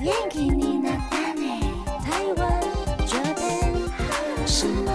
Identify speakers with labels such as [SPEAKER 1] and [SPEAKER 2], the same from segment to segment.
[SPEAKER 1] 元気になったね台湾上天什么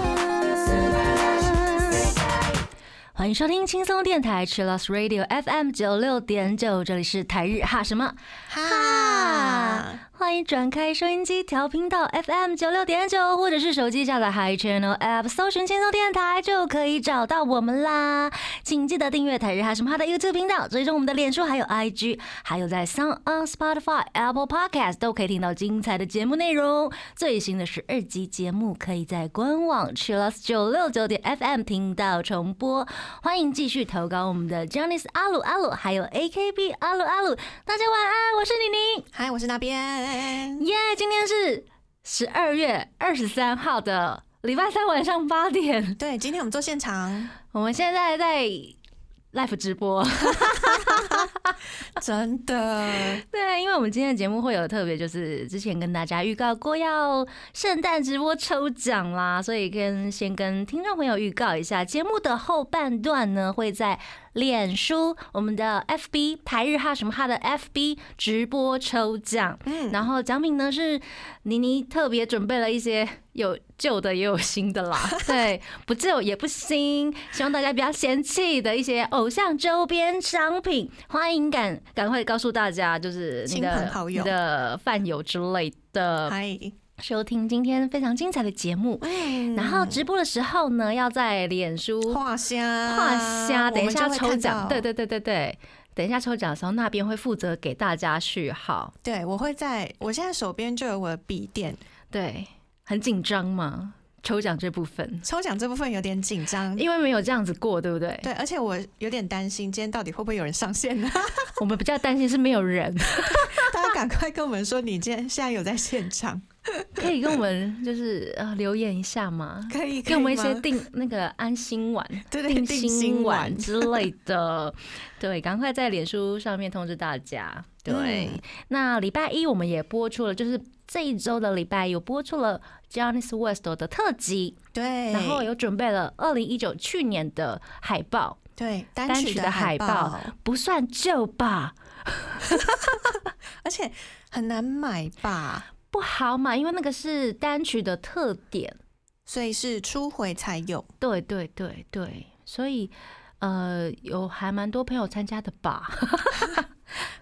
[SPEAKER 2] 欢迎收听轻松电台 c h i l l s Radio FM 九六点九，这里是台日哈什么哈。欢迎转开收音机调频道 FM 九六点九，或者是手机下载 Hi Channel App，搜寻轻松电台就可以找到我们啦。请记得订阅台日哈什么哈的 YouTube 频道，追踪我们的脸书还有 IG，还有在 Sound on Spotify、Apple Podcast 都可以听到精彩的节目内容。最新的十二集节目可以在官网 Chillus 九六九点 FM 听到重播。欢迎继续投稿我们的 j o n n y s 阿鲁阿鲁，还有 AKB 阿鲁阿鲁。大家晚安，我是宁宁。
[SPEAKER 3] 嗨，我是那边。
[SPEAKER 2] 耶今天是十二月二十三号的礼拜三晚上八点，
[SPEAKER 3] 对，今天我们做现场，
[SPEAKER 2] 我们现在在 live 直播。
[SPEAKER 3] 真的，
[SPEAKER 2] 对，因为我们今天的节目会有特别，就是之前跟大家预告过要圣诞直播抽奖啦，所以跟先跟听众朋友预告一下，节目的后半段呢会在脸书、我们的 FB 台日哈什么哈的 FB 直播抽奖，
[SPEAKER 3] 嗯，
[SPEAKER 2] 然后奖品呢是妮妮特别准备了一些有旧的也有新的 啦，对，不旧也不新，希望大家不要嫌弃的一些偶像周边商品，欢迎赶赶快告诉大家，就是你
[SPEAKER 3] 亲朋
[SPEAKER 2] 的
[SPEAKER 3] 好
[SPEAKER 2] 你
[SPEAKER 3] 友
[SPEAKER 2] 的饭友之类的，
[SPEAKER 3] 嗨，
[SPEAKER 2] 收听今天非常精彩的节目。
[SPEAKER 3] 嗯
[SPEAKER 2] 然后直播的时候呢，要在脸书
[SPEAKER 3] 画虾，
[SPEAKER 2] 画虾，等一下
[SPEAKER 3] 我们就会
[SPEAKER 2] 抽
[SPEAKER 3] 看
[SPEAKER 2] 奖，
[SPEAKER 3] 到
[SPEAKER 2] 对对对对对，等一下抽奖的时候那边会负责给大家序号，
[SPEAKER 3] 对，我会在我现在手边就有我的笔电，
[SPEAKER 2] 对，很紧张嘛，抽奖这部分，
[SPEAKER 3] 抽奖这部分有点紧张。
[SPEAKER 2] 因为没有这样子过，对不 对？
[SPEAKER 3] 对，而且我有点担心，今天到底会不会有人上线呢？
[SPEAKER 2] 我们比较担心是没有人
[SPEAKER 3] 大家赶快跟我们说，你今天现在有在现场，
[SPEAKER 2] 可以跟我们就是呃留言一下吗？
[SPEAKER 3] 可以
[SPEAKER 2] 给我们一些
[SPEAKER 3] 可以吗
[SPEAKER 2] 定那个安心丸、
[SPEAKER 3] 对对定心
[SPEAKER 2] 丸
[SPEAKER 3] 丸
[SPEAKER 2] 之类的， 对，赶快在脸书上面通知大家。对，
[SPEAKER 3] 嗯
[SPEAKER 2] 那礼拜一我们也播出了，就是这一周的礼拜有播出了 Johnny's West 的特辑，
[SPEAKER 3] 对，
[SPEAKER 2] 然后有准备了二零一九去年的海报，
[SPEAKER 3] 对单
[SPEAKER 2] 单
[SPEAKER 3] 曲
[SPEAKER 2] 曲
[SPEAKER 3] 的
[SPEAKER 2] 的
[SPEAKER 3] 海
[SPEAKER 2] 海
[SPEAKER 3] 报，
[SPEAKER 2] 不算旧吧？
[SPEAKER 3] 而且很难买吧，
[SPEAKER 2] 不好买，因为那个是单曲的特点。
[SPEAKER 3] 所以是初回才有。
[SPEAKER 2] 对对对对，所以呃，有还蛮多朋友参加的 吧？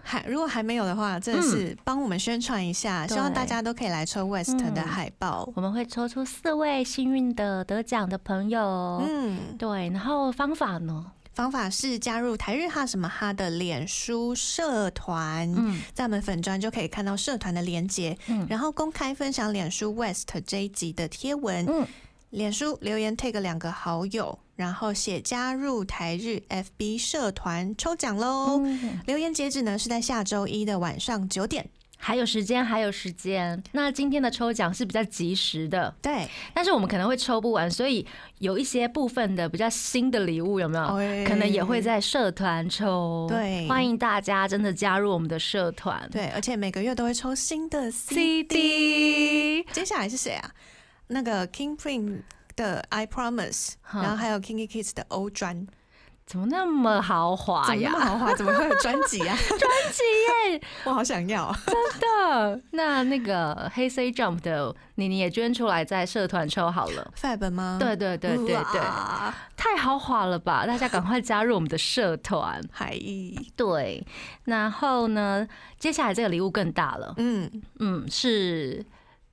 [SPEAKER 3] 还如果还没有的话，真的是帮我们宣传一下，
[SPEAKER 2] 嗯对
[SPEAKER 3] 希望大家都可以来抽 West
[SPEAKER 2] 嗯
[SPEAKER 3] 的海报。
[SPEAKER 2] 我们会抽出四位幸运的得奖的朋友。
[SPEAKER 3] 嗯，
[SPEAKER 2] 对，然后方法呢？
[SPEAKER 3] 方法是加入台日哈什么哈的脸书社团，
[SPEAKER 2] 嗯，
[SPEAKER 3] 在我们粉专就可以看到社团的连接，
[SPEAKER 2] 嗯
[SPEAKER 3] 然后公开分享脸书 West 这一集的贴文，
[SPEAKER 2] 嗯
[SPEAKER 3] 脸书留言 take 两个好友，然后写加入台日 FB 社团抽奖喽。
[SPEAKER 2] 嗯
[SPEAKER 3] 留言截止呢是在下周一的晚上九点。
[SPEAKER 2] 还有时间，还有时间。那今天的抽奖是比较及时的，
[SPEAKER 3] 对，
[SPEAKER 2] 但是我们可能会抽不完，所以有一些部分的比较新的礼物有没有？可能也会在社团抽，
[SPEAKER 3] 哦对
[SPEAKER 2] 欢迎大家真的加入我们的社团。
[SPEAKER 3] 对，而且每个月都会抽嗯新的 C。
[SPEAKER 2] CD，
[SPEAKER 3] 接下来是谁啊？那个 King Prince 的 I Promise，
[SPEAKER 2] 哈
[SPEAKER 3] 然后还有 Kinky Kids 的欧专，
[SPEAKER 2] 怎么那么豪华
[SPEAKER 3] 怎么那
[SPEAKER 2] 呀？
[SPEAKER 3] 么豪华？怎么会有哎专辑啊？
[SPEAKER 2] 耶，
[SPEAKER 3] 我好想要啊！
[SPEAKER 2] 真的。那那个黑 C Jump 的妮妮也捐出来，在社团抽好了。
[SPEAKER 3] Fab
[SPEAKER 2] 嗯
[SPEAKER 3] 吗？
[SPEAKER 2] 对对对对对，
[SPEAKER 3] 哇，
[SPEAKER 2] 太豪华了吧！大家赶快加入我们的社团。
[SPEAKER 3] 海意，
[SPEAKER 2] 对，然后呢，接下来这个礼物更大了，
[SPEAKER 3] 嗯，
[SPEAKER 2] 嗯，是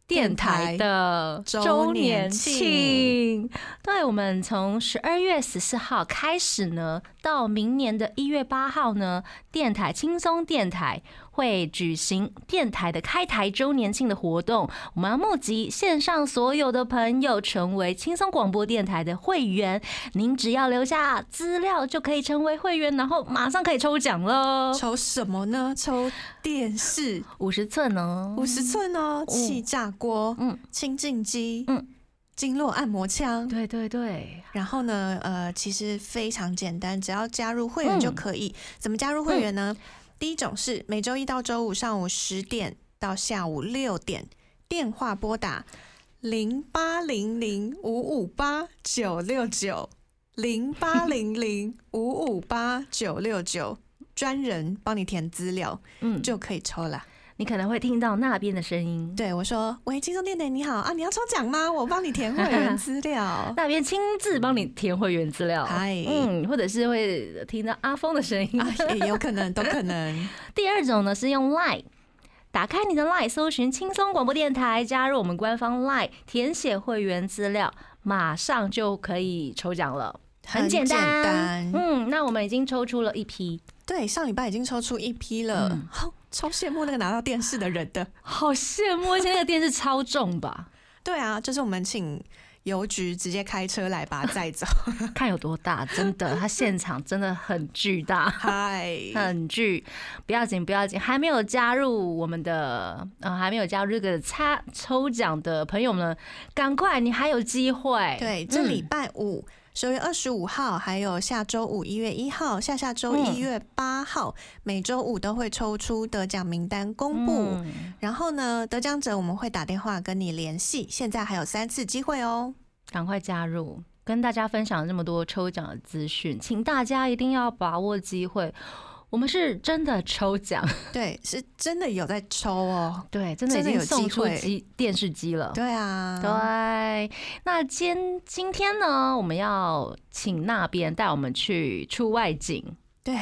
[SPEAKER 2] 电台的
[SPEAKER 3] 电台
[SPEAKER 2] 周年
[SPEAKER 3] 周
[SPEAKER 2] 庆。对，我们从十二月十四号开始呢，到明年的一月八号呢，电台轻松电台会举行电台的开台周年庆的活动。我们要募集线上所有的朋友成为轻松广播电台的会员，您只要留下资料就可以成为会员，然后马上可以抽奖喽，
[SPEAKER 3] 抽什么呢？抽电视
[SPEAKER 2] 五十寸哦，
[SPEAKER 3] 五十寸哦，气炸锅，
[SPEAKER 2] 嗯
[SPEAKER 3] 嗯，清净机，
[SPEAKER 2] 嗯
[SPEAKER 3] 嗯，经络按摩枪，
[SPEAKER 2] 对对对，
[SPEAKER 3] 然后呢，呃，其实非常简单，只要加入会员就可以。怎么加入会员呢？第一种是每周一到周五上午十点到下午六点，电话拨打零八零零五五八九六九零八零零五五八九六九，专人帮你填资料
[SPEAKER 2] 嗯，
[SPEAKER 3] 就可以抽啦。
[SPEAKER 2] 你可能会听到那边的声音。。
[SPEAKER 3] 对我说：“喂，轻松电台你好啊，你要抽奖吗？我帮你填会员资料啊
[SPEAKER 2] 那边亲自帮你填会员资料，
[SPEAKER 3] 嗨
[SPEAKER 2] 嗯，或者是会听到阿峰的声音。
[SPEAKER 3] 啊，也有可能，都可能。
[SPEAKER 2] 第二种呢是用 Line。打开你的 LINE，搜寻轻松广播电台，加入我们官方 LINE，填写会员资料，马上就可以抽奖了，
[SPEAKER 3] 很
[SPEAKER 2] 简
[SPEAKER 3] 简单
[SPEAKER 2] 嗯，那我们已经抽出了一批，
[SPEAKER 3] 对，上礼拜已经抽出一批了，
[SPEAKER 2] 嗯
[SPEAKER 3] 好超羡慕那个拿到电视的人的。
[SPEAKER 2] 好羡慕！而且那个电视超重吧，
[SPEAKER 3] 对啊，就是我们请邮局直接开车来把它载 走。
[SPEAKER 2] 看有多大，真的，它现场真的很巨大。
[SPEAKER 3] 嗨，
[SPEAKER 2] 很巨，不要紧，不要紧，还没有加入我们的，呃，还没有加入这个参抽奖的朋友们，赶快，你还有机会。
[SPEAKER 3] 对，这礼
[SPEAKER 2] 嗯
[SPEAKER 3] 拜五十月二十五号，还有下周五一月一号，下下周
[SPEAKER 2] 嗯
[SPEAKER 3] 一月八号，每周五都会抽出得奖名单公布。
[SPEAKER 2] 嗯
[SPEAKER 3] 然后呢，得奖者我们会打电话跟你联系，现在还有三次机会哦。
[SPEAKER 2] 赶、快加入。跟大家分享了这么多抽奖的资讯，请大家一定要把握机会。我们是真的抽 奖，
[SPEAKER 3] 对，是真的有在抽哦。
[SPEAKER 2] 对，真的已
[SPEAKER 3] 真的
[SPEAKER 2] 经
[SPEAKER 3] 有
[SPEAKER 2] 送
[SPEAKER 3] 机
[SPEAKER 2] 出
[SPEAKER 3] 会
[SPEAKER 2] 机电视机了。
[SPEAKER 3] 对啊，
[SPEAKER 2] 对，那今今天呢，我们要请那边带我们去出外景。
[SPEAKER 3] 对，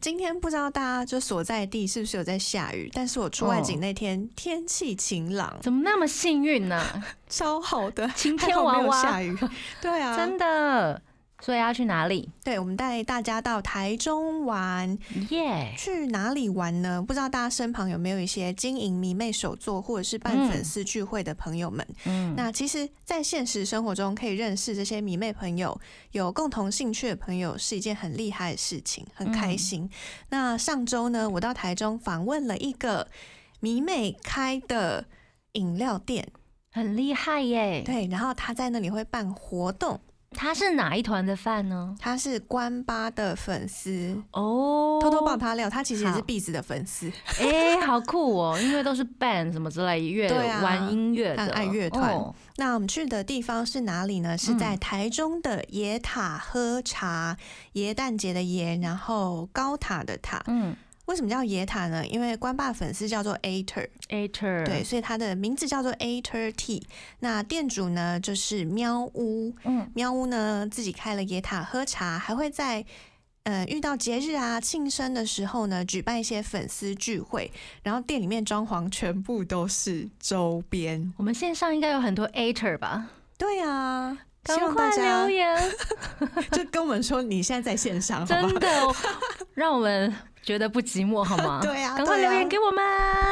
[SPEAKER 3] 今天不知道大家就所在地是不是有在下雨，但是我出外
[SPEAKER 2] 嗯
[SPEAKER 3] 景那天、天气晴朗，
[SPEAKER 2] 怎么那么幸运呢、
[SPEAKER 3] 超好的，
[SPEAKER 2] 晴
[SPEAKER 3] 还
[SPEAKER 2] 天
[SPEAKER 3] 好没
[SPEAKER 2] 娃
[SPEAKER 3] 有
[SPEAKER 2] 娃
[SPEAKER 3] 下雨。对 啊，
[SPEAKER 2] 真的。所以要去哪里？
[SPEAKER 3] 对，我们带大家到台中玩，
[SPEAKER 2] 耶、
[SPEAKER 3] 去哪里玩呢？不知道大家身旁有没有一些经营迷妹手作或者是办粉丝聚会的朋友们？
[SPEAKER 2] 嗯，
[SPEAKER 3] 那其实，在现实生活中可以认识这些迷妹朋友，有共同兴趣的朋友是一件很厉害的事情，很开
[SPEAKER 2] 嗯
[SPEAKER 3] 心。那上周呢，我到台中访问了一个迷妹开的饮料店，
[SPEAKER 2] 很厉害耶。
[SPEAKER 3] 对，然后她在那里会办活动，
[SPEAKER 2] 他是哪一团的饭呢？
[SPEAKER 3] 她是关八的粉丝。
[SPEAKER 2] 哦，
[SPEAKER 3] 偷偷爆他料，他其实也
[SPEAKER 2] 好
[SPEAKER 3] 是碧子的粉丝，
[SPEAKER 2] 哎、好酷哦！因为都是 band 什么之类乐、
[SPEAKER 3] 对啊
[SPEAKER 2] 玩音乐的，
[SPEAKER 3] 很爱乐团
[SPEAKER 2] 哦
[SPEAKER 3] 那我们去的地方是哪里呢？是在
[SPEAKER 2] 嗯
[SPEAKER 3] 台中的野塔喝茶，耶诞节的耶，然后高塔的塔。
[SPEAKER 2] 嗯
[SPEAKER 3] 为什么叫野塔呢？因为关爸粉丝叫做 Ater，
[SPEAKER 2] ，Ater，
[SPEAKER 3] 对，，所以他的名字叫做 Ater T。那店主呢就是喵屋，
[SPEAKER 2] 嗯，
[SPEAKER 3] 喵屋呢自己开了野塔喝茶，还会在。呃，遇到节日啊、庆生的时候呢，举办一些粉丝聚会，然后店里面装潢全部都是周边。
[SPEAKER 2] 我们线上应该有很多 Ater 吧？
[SPEAKER 3] 对啊，希
[SPEAKER 2] 赶
[SPEAKER 3] 望大
[SPEAKER 2] 快
[SPEAKER 3] 家
[SPEAKER 2] 留言，
[SPEAKER 3] 就跟我们说你现在在线上，好
[SPEAKER 2] 真
[SPEAKER 3] 吗？
[SPEAKER 2] 的 哦，让我们觉得不寂寞好吗？
[SPEAKER 3] 对啊
[SPEAKER 2] 赶快
[SPEAKER 3] 对啊
[SPEAKER 2] 留言给我们。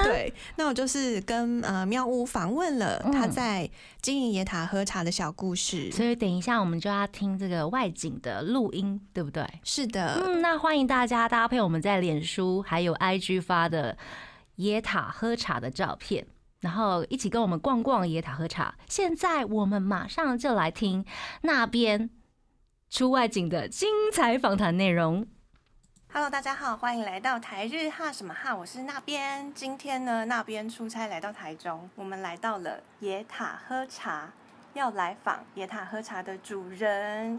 [SPEAKER 3] 对，那我就是跟呃喵屋访问了
[SPEAKER 2] 嗯
[SPEAKER 3] 他在经营野塔喝茶的小故事。
[SPEAKER 2] 所以等一下我们就要听这个外景的录音，对不对？
[SPEAKER 3] 是的，
[SPEAKER 2] 嗯，那欢迎大家搭配我们在脸书还有 IG 发的野塔喝茶的照片，然后一起跟我们逛逛野塔喝茶。现在我们马上就来听那边出外景的精彩访谈内容。
[SPEAKER 3] Hello，大家好，欢迎来到台日哈什么哈，我是那边。今天呢，那边出差来到台中，我们来到了野塔喝茶，要来访野塔喝茶的主人。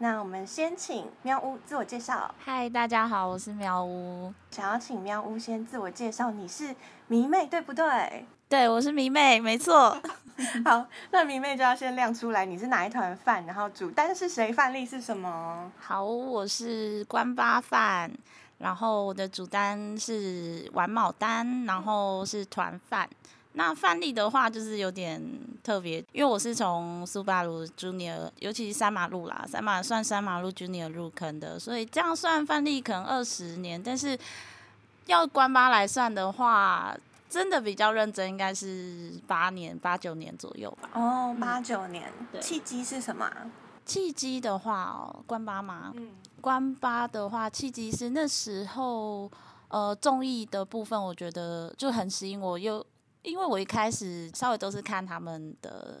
[SPEAKER 3] 那我们先请喵屋自我介绍，
[SPEAKER 4] 嗨，大家好，我是喵屋。
[SPEAKER 3] 想要请喵屋先自我介绍，你是迷妹对不对？
[SPEAKER 4] 对，我是迷妹，没错。
[SPEAKER 3] 好，那迷妹就要先亮出来，你是哪一团饭，然后主单是谁，范例是什么？
[SPEAKER 4] 好，我是关八饭，然后我的主单是玩卯单，然后是团饭。那范例的话就是有点特别，因为我是从苏巴鲁 Junior，尤其是三马路啦，三马算三马路 Junior 入坑的，所以这样算范例可能二十年，但是要关八来算的话，真的比较认真，应该是八年、八九年左右吧。
[SPEAKER 3] 哦，八九年，
[SPEAKER 4] 对
[SPEAKER 3] 契机是什么啊？
[SPEAKER 4] 契机的话、哦，关八嘛，
[SPEAKER 3] 嗯，
[SPEAKER 4] 关八的话，契机是那时候呃综艺的部分，我觉得就很吸引我，又因为我一开始稍微都是看他们的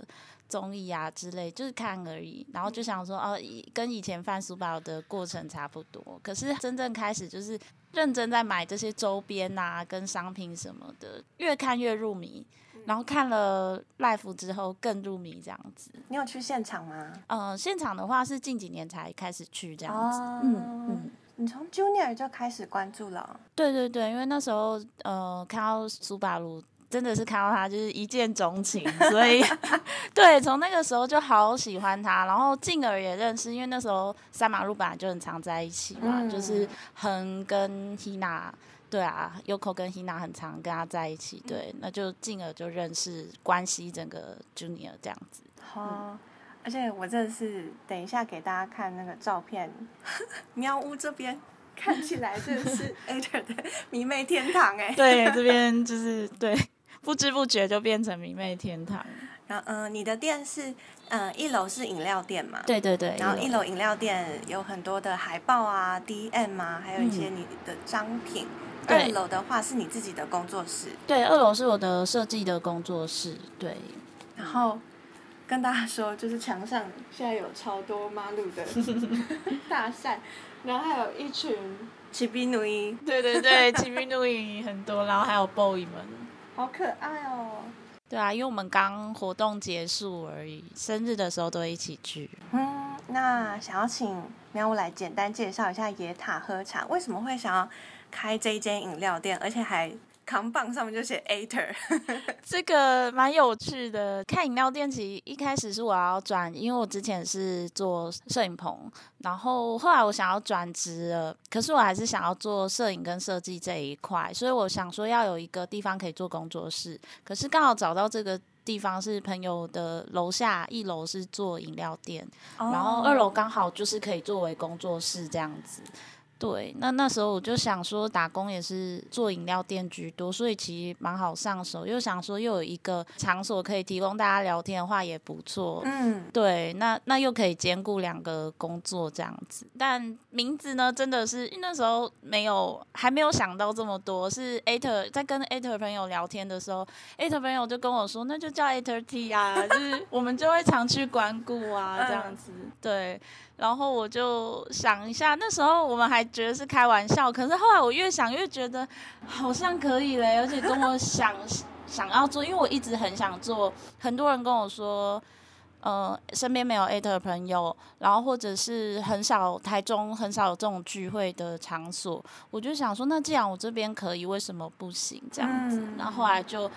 [SPEAKER 4] 综艺啊之类，就是看而已，然后就想说哦、以跟以前翻书包的过程差不多，可是真正开始就是认真在买这些周边啊跟商品什么的，越看越入迷。然后看了 live 之后更入迷这样子，
[SPEAKER 3] 你有去现场吗？
[SPEAKER 4] 呃，现场的话是近几年才开始去这样子，
[SPEAKER 3] 哦
[SPEAKER 4] 嗯嗯，
[SPEAKER 3] 你从 Junior 就开始关注了哦，
[SPEAKER 4] 对对对，因为那时候呃看到苏巴鲁。真的是看到他就是一见钟情，所 以对，从那个时候就好喜欢他，然后进而也认识，因为那时候三马路本来就很常在一起嘛，
[SPEAKER 3] 嗯
[SPEAKER 4] 就是很跟 Hina，对啊，Yoko 跟 Hina 很常跟他在一起，对，那就进而就认识关系整个 Junior 这样子。
[SPEAKER 3] 哦，而且我真的是等一下给大家看那个照片， 喵屋这边 看起来真的 是 Ada 的迷妹天堂哎。
[SPEAKER 4] 对，这边就是对，不知不觉就变成迷妹天堂。
[SPEAKER 3] 然后嗯、呃你的店是嗯、呃一楼是饮料店嘛？。
[SPEAKER 4] 对对对，
[SPEAKER 3] 然后一楼饮料店有很多的海报啊、DM 啊，还有一些你的商品。
[SPEAKER 4] 对
[SPEAKER 3] 二楼的话是你自己的工作室，
[SPEAKER 4] 对二楼是我的设计的工作室，对，
[SPEAKER 3] 然后跟大家说，就是墙上现在有超多马路 的大扇，然后还有一群奇兵奴衣，
[SPEAKER 4] 对对对，骑兵露营很多，然后还有 boy 们。
[SPEAKER 3] 好可爱哦。
[SPEAKER 4] 对啊，因为我们刚活动结束而已，生日的时候都会一起聚。
[SPEAKER 3] 嗯，那想要请喵呜来简单介绍一下野塔喝茶，为什么会想要开这一间饮料店，而且还扛棒上面就写 E Ater，
[SPEAKER 4] 这个蛮有趣的。看饮料店，其实一开始是我要转，因为我之前是做摄影棚，然后后来我想要转职了，可是我还是想要做摄影跟设计这一块，所以我想说要有一个地方可以做工作室，可是刚好找到这个。地方是朋友的楼下，一楼是做饮料店，然后二楼刚好就是可以作为工作室这样子。对，那那时候我就想说，打工也是做饮料店居多，所以其实蛮好上手。又想说，又有一个场所可以提供大家聊天的话，也不错。
[SPEAKER 3] 嗯，
[SPEAKER 4] 对，那那又可以兼顾两个工作这样子，但名字呢，真的是因为那时候没有还没有想到这么多，是 Ater 在跟 Ater 朋友聊天的时候，Ater 朋友就跟我说，那就叫 Ater T 啊，就是我们就会常去光顾啊这样子，对，然后我就想一下，那时候我们还觉得是开玩笑，可是后来我越想越觉得好像可以嘞，而且跟我想想要做，因为我一直很想做，很多人跟我说。呃，身边没有 A 的朋友，然后或者是很少台中很少有这种聚会的场所，我就想说，那既然我这边可以，为什么不行？这样子，
[SPEAKER 3] 嗯
[SPEAKER 4] 然后后来就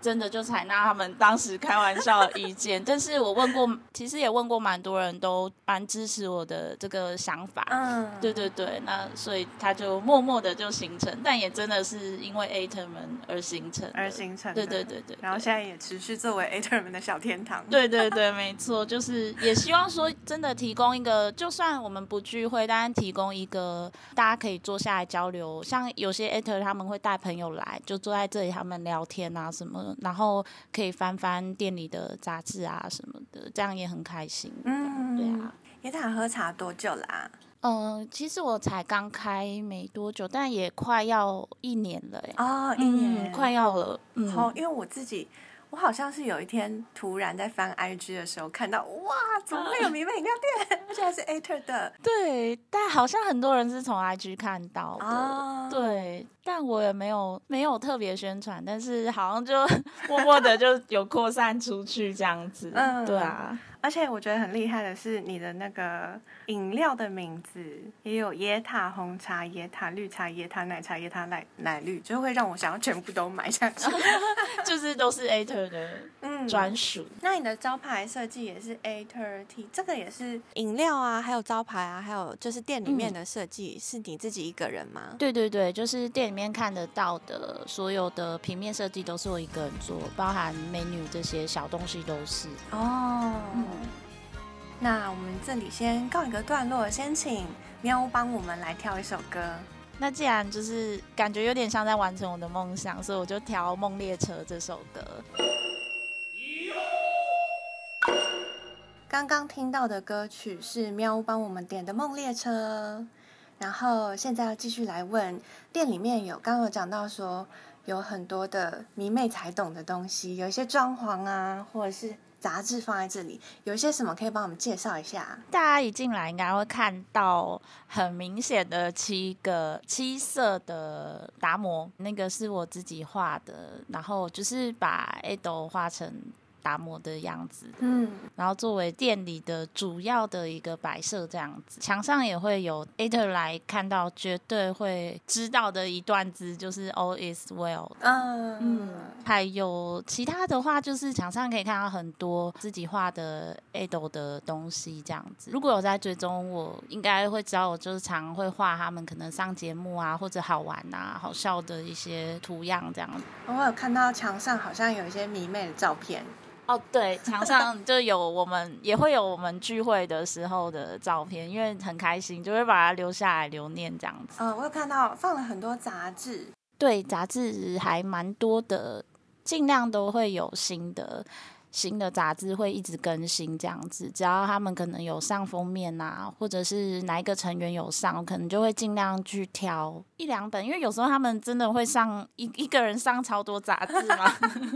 [SPEAKER 4] 真的就采纳他们当时开玩笑的意见， 但是我问过，其实也问过蛮多人都蛮支持我的这个想法，
[SPEAKER 3] 嗯，
[SPEAKER 4] 对对对，那所以它就默默的就形成，但也真的是因为 A 他们而形成的，
[SPEAKER 3] 而形成的
[SPEAKER 4] 对对对对，
[SPEAKER 3] 然后现在也持续作为 Ater 们的小天堂，，
[SPEAKER 4] 对对对，没错，就是也希望说真的提供一个，就算我们不聚会，但提供一个大家可以坐下来交流。像有些 a t e 他们会带朋友来，就坐在这里他们聊天啊什么，然后可以翻翻店里的杂志啊什么的，这样也很开心。
[SPEAKER 3] 嗯
[SPEAKER 4] 嗯，对啊。
[SPEAKER 3] 野塔喝茶多久啦、
[SPEAKER 4] 嗯、其实我才刚开没多久，但也快要一年了耶。
[SPEAKER 3] 哦，一
[SPEAKER 4] 嗯，
[SPEAKER 3] 年，
[SPEAKER 4] 快要了。嗯，
[SPEAKER 3] 哦，因为我自己，我好像是有一天突然在翻 IG 的时候看到，哇，怎么
[SPEAKER 4] 嗯
[SPEAKER 3] 会有迷妹饮料店？ 而且还是 Ater 的
[SPEAKER 4] 对，但好像很多人是从 IG 看到的。
[SPEAKER 3] 哦，，
[SPEAKER 4] 对，但我也没有没有特别宣传，但是好像就 默默的就有扩散出去这样子。
[SPEAKER 3] 嗯
[SPEAKER 4] 对啊，
[SPEAKER 3] 而且我觉得很厉害的是，你的那个饮料的名字也有椰塔红茶、椰塔绿茶、椰塔奶茶、椰塔奶奶绿，就会让我想要全部都买下去。
[SPEAKER 4] 就是都是 Ater 的
[SPEAKER 3] 嗯，
[SPEAKER 4] 专属。
[SPEAKER 3] 那你的招牌设计也是 A t e T，这个也是嗯饮料啊，还有招牌啊，还有就是店里面的设计、是你自己一个人吗？
[SPEAKER 4] 对对对，就是店里面看得到的所有的平面设计都是我一个人做，包含 menu 这些小东西都是。
[SPEAKER 3] 哦，那我们这里先告一个段落，先请喵帮我们来挑一首歌。
[SPEAKER 4] 那既然就是感觉有点像在完成我的梦想，所以我就挑《梦列车》这首歌。
[SPEAKER 3] 刚刚听到的歌曲是喵帮我们点的《梦列车》，然后现在要继续来问店里面有刚刚有讲到说有很多的迷妹才懂的东西，有一些装潢啊，或者是杂志放在这里，有一些什么可以帮我们介绍一下？
[SPEAKER 4] 大家一进来应该会看到很明显的七个七色的达摩，那个是我自己画的，然后就是把 A 斗画成达摩的样子，
[SPEAKER 3] 嗯，
[SPEAKER 4] 然后作为店里的主要的一个摆设这样子，墙上也会有 a t e r 来看到，绝对会知道的一段字就是 All is well。
[SPEAKER 3] 嗯
[SPEAKER 4] 嗯，还有其他的话，就是墙上可以看到很多自己画的 idol 的东西，这样子。如果有在追踪我，应该会知道，我就是常会画他们可能上节目啊，或者好玩啊、好笑的一些图样这样子。
[SPEAKER 3] 我有看到墙上好像有一些迷妹的照片，
[SPEAKER 4] 哦，对，墙上 就有我们也会有我们聚会的时候的照片，因为很开心，就会把它留下来留念这样子。
[SPEAKER 3] 呃，我有看到放了很多杂志，
[SPEAKER 4] 对，杂志还蛮多的，尽量都会有新的新的杂志会一直更新这样子。只要他们可能有上封面啊，或者是哪一个成员有上，我可能就会尽量去挑一两本，因为有时候他们真的会上一一个人上超多杂志嘛。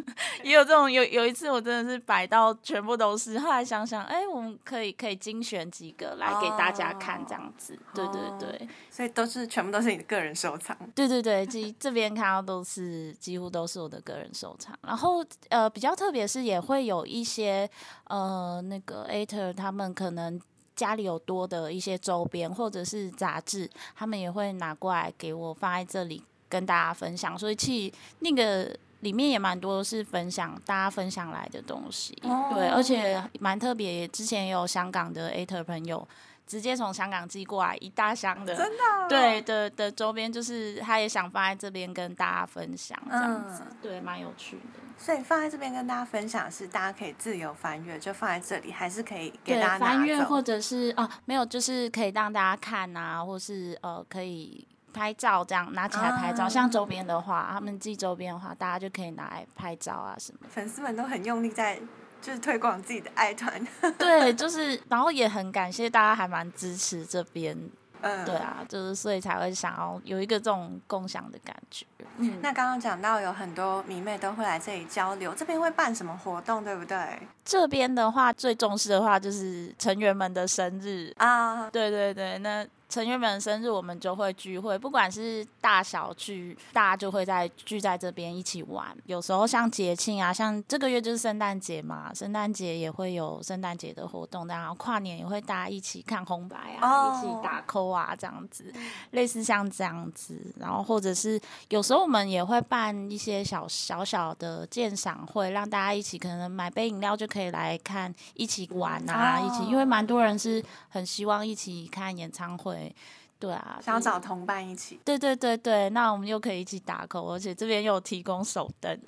[SPEAKER 4] 也有这种有有一次我真的是摆到全部都是，后来想想，哎、我们可以可以精选几个来给大家看这样子。对对对。
[SPEAKER 3] 所以都是全部都是你的个人收藏。
[SPEAKER 4] 对对对，这这边看到都是几乎都是我的个人收藏。然后呃，比较特别是也会有一些呃那个 Ater 他们可能家里有多的一些周边或者是杂志，他们也会拿过来给我放在这里跟大家分享。所以其实那个。里面也蛮多是分享大家分享来的东西，对，而且蛮特别。之前也有香港的 Ater 朋友直接从香港寄过来一大箱的，
[SPEAKER 3] 哦
[SPEAKER 4] 对的的周边，就是他也想放在这边跟大家分享，这样子，
[SPEAKER 3] 嗯
[SPEAKER 4] 对，蛮有趣的。
[SPEAKER 3] 所以放在这边跟大家分享是，大家可以自由翻阅，就放在这里，还是可以给
[SPEAKER 4] 对，
[SPEAKER 3] 大家拿
[SPEAKER 4] 翻阅
[SPEAKER 3] 走
[SPEAKER 4] 或者是哦，没有，就是可以让大家看啊，或是呃，可以拍照这样拿起来拍照。
[SPEAKER 3] 啊
[SPEAKER 4] 像周边的话，他们寄周边的话，大家就可以拿来拍照啊什么 的。
[SPEAKER 3] 粉丝们都很用力在就是推广自己的爱团，
[SPEAKER 4] 对，就是，然后也很感谢大家，还蛮支持这边。
[SPEAKER 3] 嗯，
[SPEAKER 4] 对。啊，就是所以才会想要有一个这种共享的感觉。嗯，
[SPEAKER 3] 那刚刚讲到有很多迷妹都会来这里交流，这边会办什么活动，对不对？
[SPEAKER 4] 这边的话，最重视的话就是成员们的生日。
[SPEAKER 3] 啊，
[SPEAKER 4] 对对对，那成员们的生日我们就会聚会，不管是大小聚，大家就会在聚在这边一起玩。有时候像节庆啊，像这个月就是圣诞节嘛，圣诞节也会有圣诞节的活动，然后跨年也会大家一起看红白啊，
[SPEAKER 3] 哦
[SPEAKER 4] 一起打 call 啊，这样子，类似像这样子。然后或者是有时候我们也会办一些小小小的鉴赏会，让大家一起可能买杯饮料就可以来看，一起玩啊，
[SPEAKER 3] 哦
[SPEAKER 4] 一起，因为蛮多人是很希望一起看演唱会，对啊，
[SPEAKER 3] 想要
[SPEAKER 4] 所以
[SPEAKER 3] 找同伴一起，
[SPEAKER 4] 对对对对，那我们又可以一起打扣，而且这边又有提供手灯，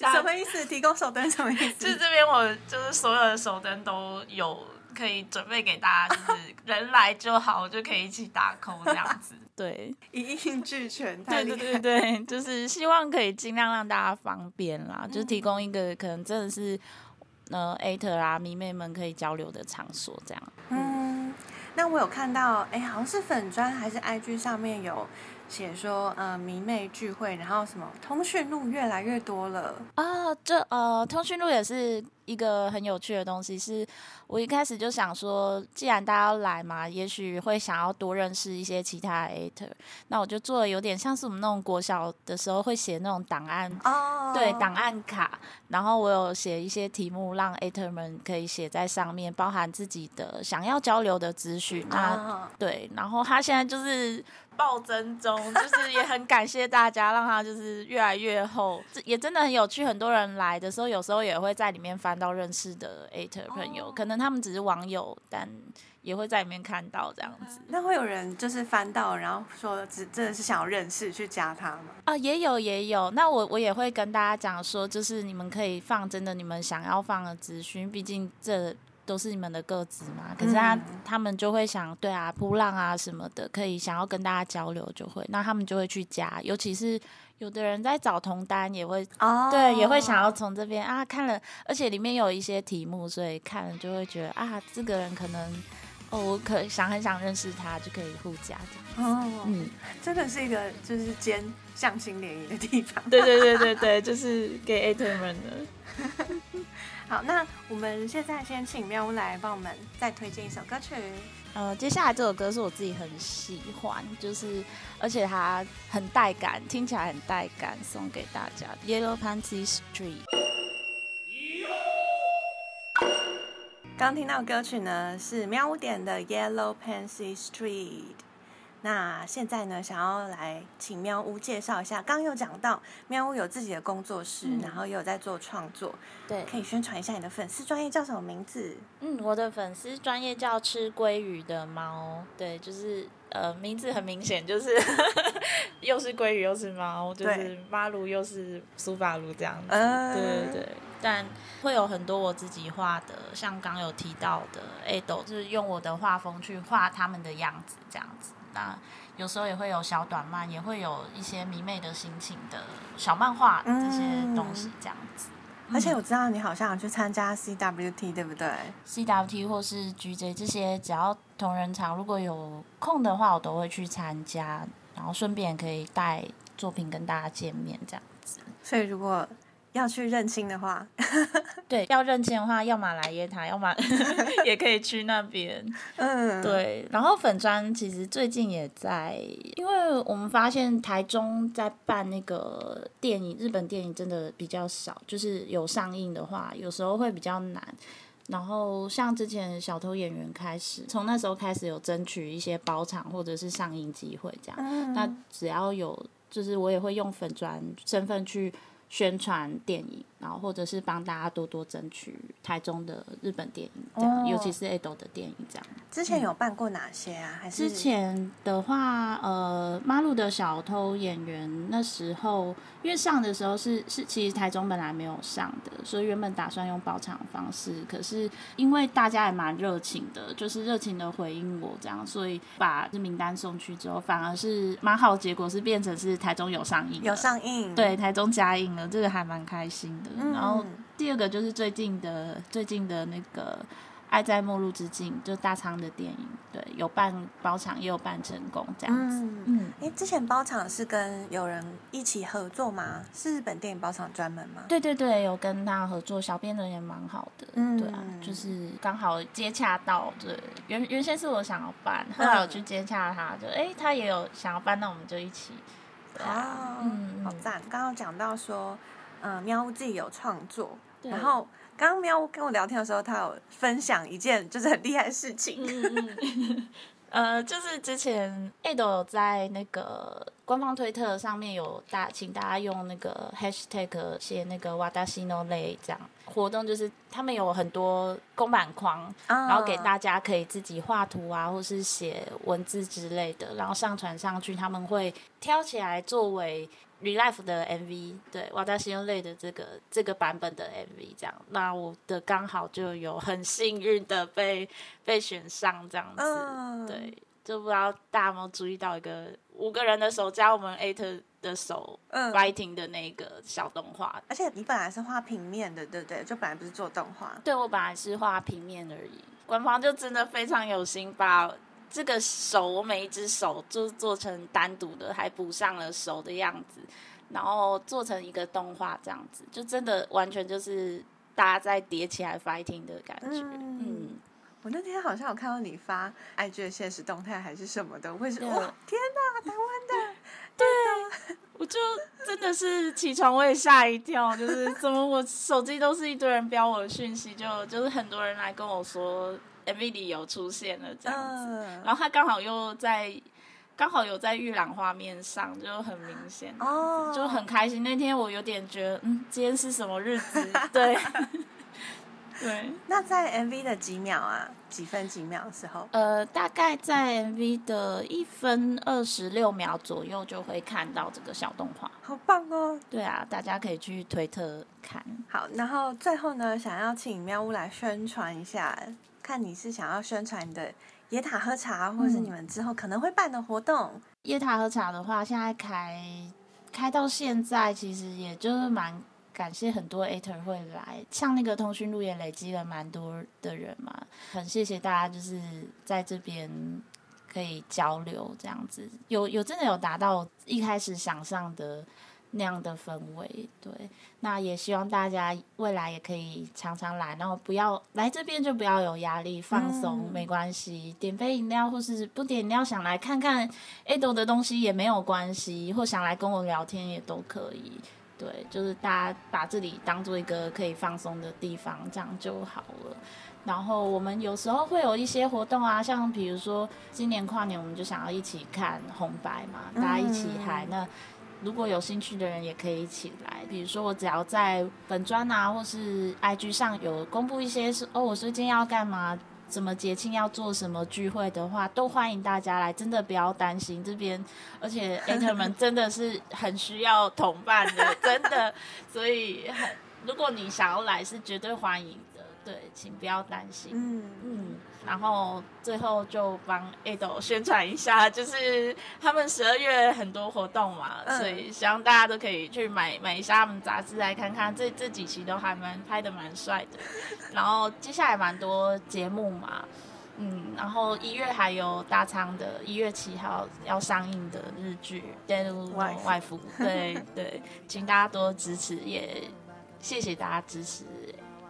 [SPEAKER 4] 大
[SPEAKER 3] 什么意思？提供手灯什么意
[SPEAKER 4] 就是
[SPEAKER 3] 思？
[SPEAKER 4] 这边我就是所有的手灯都有可以准备给大家，就是人来就好，就可以一起打扣这样子。 对
[SPEAKER 3] 一应俱全，太 厉
[SPEAKER 4] 对对
[SPEAKER 3] 害
[SPEAKER 4] 对对，就是希望可以尽量让大家方便啦，就提供一个可能真的是呃 at 啊迷妹们可以交流的场所这样。
[SPEAKER 3] 嗯，那我有看到，哎，好像是粉砖还是 IG 上面有写说，呃，迷妹聚会，然后什么通讯录越来越多了，
[SPEAKER 4] 啊，这呃，通讯录也是一个很有趣的东西。是我一开始就想说，既然大家要来嘛，也许会想要多认识一些其他的 ATER，那我就做的有点像是我们那种国小的时候会写那种档案
[SPEAKER 3] 哦，
[SPEAKER 4] 对档案卡，然后我有写一些题目让 ATER 们可以写在上面，包含自己的想要交流的资讯。那
[SPEAKER 3] 啊，
[SPEAKER 4] 对，然后他现在就是暴增中，就是也很感谢大家，让他就是越来越厚，这也真的很有趣。很多人来的时候，有时候也会在里面翻到认识的 ATER 朋友，可能他们只是网友，但也会在里面看到这样子。
[SPEAKER 3] 那会有人就是翻到，然后说只真的是想要认识去加他吗？
[SPEAKER 4] 啊，也有也有。那我我也会跟大家讲说，就是你们可以放真的你们想要放的资讯，毕竟这都是你们的个子嘛。可是他、
[SPEAKER 3] 嗯
[SPEAKER 4] 他们就会想，对啊，扑浪啊什么的，可以想要跟大家交流，就会那他们就会去加，尤其是。有的人在找同单也会，
[SPEAKER 3] 哦，
[SPEAKER 4] 对，也会想要从这边啊看了，而且里面有一些题目，所以看了就会觉得啊，这个人可能哦，我可想很想认识他，就可以互加这样。
[SPEAKER 3] 哦，
[SPEAKER 4] 嗯，
[SPEAKER 3] 真的是一个就是兼相亲联谊的地方。
[SPEAKER 4] 对对对对对，就是给 A 队们的。
[SPEAKER 3] 好，那我们现在先请喵屋来帮我们再推荐一首歌曲。
[SPEAKER 4] 呃，接下来这首歌是我自己很喜欢，就是而且它很带感，听起来很带感，送给大家。Yellow Panty Street。
[SPEAKER 5] Yo!
[SPEAKER 3] 刚听到歌曲呢是喵屋点的《Yellow Pansy Street》。那现在呢，想要来请喵屋介绍一下。刚有讲到喵屋有自己的工作室，
[SPEAKER 4] 嗯
[SPEAKER 3] 然后也有在做创作，
[SPEAKER 4] 对，
[SPEAKER 3] 可以宣传一下你的粉丝专业叫什么名字？
[SPEAKER 4] 嗯，我的粉丝专业叫吃鲑鱼的猫，对，就是呃，名字很明显，就是 又是鲑鱼又是猫，就是
[SPEAKER 3] 对
[SPEAKER 4] 马鲁又是苏巴鲁这样子，
[SPEAKER 3] 嗯
[SPEAKER 4] 对对对。但会有很多我自己画的，像刚有提到的 A 斗，就是用我的画风去画他们的样子这样子。那有时候也会有小短漫，也会有一些迷妹的心情的小漫画这些东
[SPEAKER 3] 嗯
[SPEAKER 4] 西这样子。
[SPEAKER 3] 而
[SPEAKER 4] 嗯
[SPEAKER 3] 且我知道你好像有去参加 CWT，对不对？
[SPEAKER 4] CWT 或是 GJ 这些，只要同人场如果有空的话，我都会去参加，然后顺便可以带作品跟大家见面，这样。
[SPEAKER 3] 所以如果要去认亲的话，
[SPEAKER 4] 对，要认亲的话，要么来耶塔，要么 也可以去那边。
[SPEAKER 3] 嗯，，
[SPEAKER 4] 对，然后粉砖其实最近也在，因为我们发现台中在办那个电影，日本电影真的比较少，就是有上映的话，有时候会比较难。然后像之前小偷演员开始，从那时候开始有争取一些包场或者是上映机会这样。
[SPEAKER 3] 嗯
[SPEAKER 4] 那只要有，就是我也会用粉砖身份去宣传电影，然后或者是帮大家多多争取台中的日本电影这样，尤
[SPEAKER 3] 哦
[SPEAKER 4] 其是 A 斗的电影这样。
[SPEAKER 3] 之前有办过哪些啊？还是
[SPEAKER 4] 嗯之前的话，呃，马路的小偷演员那时候，因为上的时候是是其实台中本来没有上的，所以原本打算用包场方式，可是因为大家也蛮热情的，就是热情的回应我这样，所以把这名单送去之后，反而是蛮好，结果是变成是台中有上映，
[SPEAKER 3] 有。上映？
[SPEAKER 4] 对，台中加映了，这个还蛮开心的。
[SPEAKER 3] 嗯，
[SPEAKER 4] 然后第二个就是最近的最近的那个《爱在末路之境》，就大仓的电影，对，有办包场，也有办成功这样子。
[SPEAKER 3] 嗯，
[SPEAKER 4] 嗯，
[SPEAKER 3] 哎，之前包场是跟有人一起合作吗？是日本电影包场专门吗？
[SPEAKER 4] 对对对，有跟他合作，小编人也蛮好的。
[SPEAKER 3] 嗯
[SPEAKER 4] 对啊，就是刚好接洽到，对，原原先是我想要办，后
[SPEAKER 3] 嗯
[SPEAKER 4] 来我去接洽他，就哎、他也有想要办，那我们就一起。对啊，
[SPEAKER 3] 哦，
[SPEAKER 4] 嗯
[SPEAKER 3] 好
[SPEAKER 4] 嗯
[SPEAKER 3] 赞！刚刚讲到说，嗯，喵屋自己有创作，
[SPEAKER 4] 对
[SPEAKER 3] 然后刚刚喵屋跟我聊天的时候，他有分享一件就是很厉害的事情，
[SPEAKER 4] 嗯嗯，呃，就是之前 A 斗有在那个官方推特上面有大，请大家用那个 hashtag 写那个 Wadashi no lei 这样活动，就是他们有很多公版框，然
[SPEAKER 3] 然
[SPEAKER 4] 后给大家可以自己画图啊，或是写文字之类的，然后上传上去，他们会挑起来作为 r e l i f e 的 MV，对，瓦达西用类的这个这个版本的 MV 这样。那我的刚好就有很幸运的被被选上这样子，
[SPEAKER 3] 嗯
[SPEAKER 4] 对，就不知道大家有没有注意到一个五个人的手加我们 at 的手、
[SPEAKER 3] 嗯
[SPEAKER 4] fighting 的那个小动画。
[SPEAKER 3] 而且你本来是画平面的，对不对？就本来不是做动画，
[SPEAKER 4] 对我本来是画平面而已，官方就真的非常有心把这个手，我每一只手就是做成单独的，还补上了手的样子，然后做成一个动画这样子，就真的完全就是大家在叠起来 fighting 的感觉，
[SPEAKER 3] 嗯
[SPEAKER 4] 嗯。
[SPEAKER 3] 我那天好像有看到你发 IG 的现实动态还是什么的，我也是
[SPEAKER 4] 对啊
[SPEAKER 3] 哇，天哪，台湾的！
[SPEAKER 4] 我就真的是起床我也吓一跳， 就是怎么我手机都是一堆人标我的讯息，就就是很多人来跟我说 MV 里有出现了这样子，
[SPEAKER 3] 嗯
[SPEAKER 4] 然后他刚好又在刚好有在预览画面上，就很明显，
[SPEAKER 3] 哦，
[SPEAKER 4] 就很开心。那天我有点觉得，嗯，今天是什么 日子？对， 对，
[SPEAKER 3] 那在 MV 的几秒啊，几分几秒的时候，
[SPEAKER 4] 呃，大概在 MV 的一分二十六秒左右就会看到这个小动画。
[SPEAKER 3] 好棒哦！
[SPEAKER 4] 对啊，大家可以去推特看。
[SPEAKER 3] 好，然后最后呢，想要请喵屋来宣传一下，看你是想要宣传你的野塔喝茶，或者是你们之后可能会办的活动。
[SPEAKER 4] 椰塔喝茶的话，现在开开到现在，其实也就是蛮感谢很多 Ater 会来，像那个通讯录也累积了蛮多的人嘛，很谢谢大家就是在这边可以交流这样子，有有真的有达到一开始想象的那样的氛围，对，那也希望大家未来也可以常常来，然后不要来这边就不要有压力，放松、
[SPEAKER 3] 嗯
[SPEAKER 4] 没关系，点杯饮料或是不点饮料想来看看 Ado 的东西也没有关系，或想来跟我聊天也都可以。对，就是大家把这里当做一个可以放松的地方，这样就好了。然后我们有时候会有一些活动啊，像比如说今年跨年，我们就想要一起看红白嘛，大家一起嗨。那如果有兴趣的人也可以一起来。比如说，我只要在本专啊，或是 IG 上有公布一些是哦，我最近要干嘛，什么节庆要做什么聚会的话，都欢迎大家来。真的不要担心，这边而且 Enter 们真的是很需要同伴的，真的。所以很，如果你想要来，是绝对欢迎的。对，请不要担心。
[SPEAKER 6] 嗯，
[SPEAKER 4] 嗯，然后最后就帮 Ado 宣传一下，就是他们十二月很多活动嘛，
[SPEAKER 6] 嗯
[SPEAKER 4] 所以希望大家都可以去买买一下他们杂志来看看，这这几期都还蛮拍的蛮帅的，然后接下来蛮多节目嘛。嗯，然后一月还有大仓的一月七号要上映的日剧《d a n
[SPEAKER 6] 外夫
[SPEAKER 4] 外服》，对对，请大家多支持，也谢谢大家支持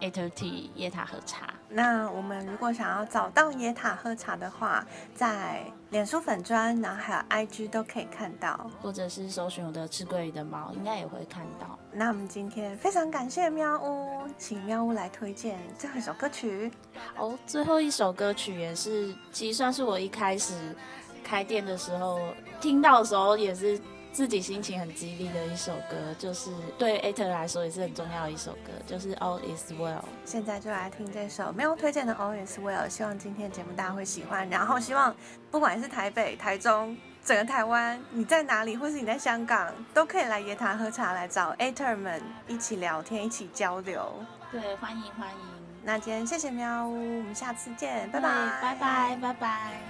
[SPEAKER 4] A T T 夜塔喝茶。
[SPEAKER 6] 那我们如果想要找到野塔喝茶的话，在脸书粉砖，然后还有 IG 都可以看到。
[SPEAKER 4] 或者是搜寻我的吃鲑鱼的猫，应该也会看到。
[SPEAKER 6] 那我们今天非常感谢喵屋，请喵屋来推荐最后一首歌曲。
[SPEAKER 4] 哦，最后一首歌曲也是，其实算是我一开始开店的时候听到的时候，也是自己心情很激励的一首歌，就是对 a t 来说也是很重要的一首歌，就是《All Is Well》。
[SPEAKER 6] 现在就来听这首喵推荐的《All Is Well》，希望今天节目大家会喜欢。然后希望不管是台北、台中、整个台湾，你在哪里，或是你在香港，都可以来野塔喝茶，来找 Ater 们一起聊天，一起交流。
[SPEAKER 4] 对，欢迎欢迎，
[SPEAKER 6] 那今天谢谢喵屋，我们下次见，嗯拜
[SPEAKER 4] 对
[SPEAKER 6] 拜，
[SPEAKER 4] 拜拜，拜拜。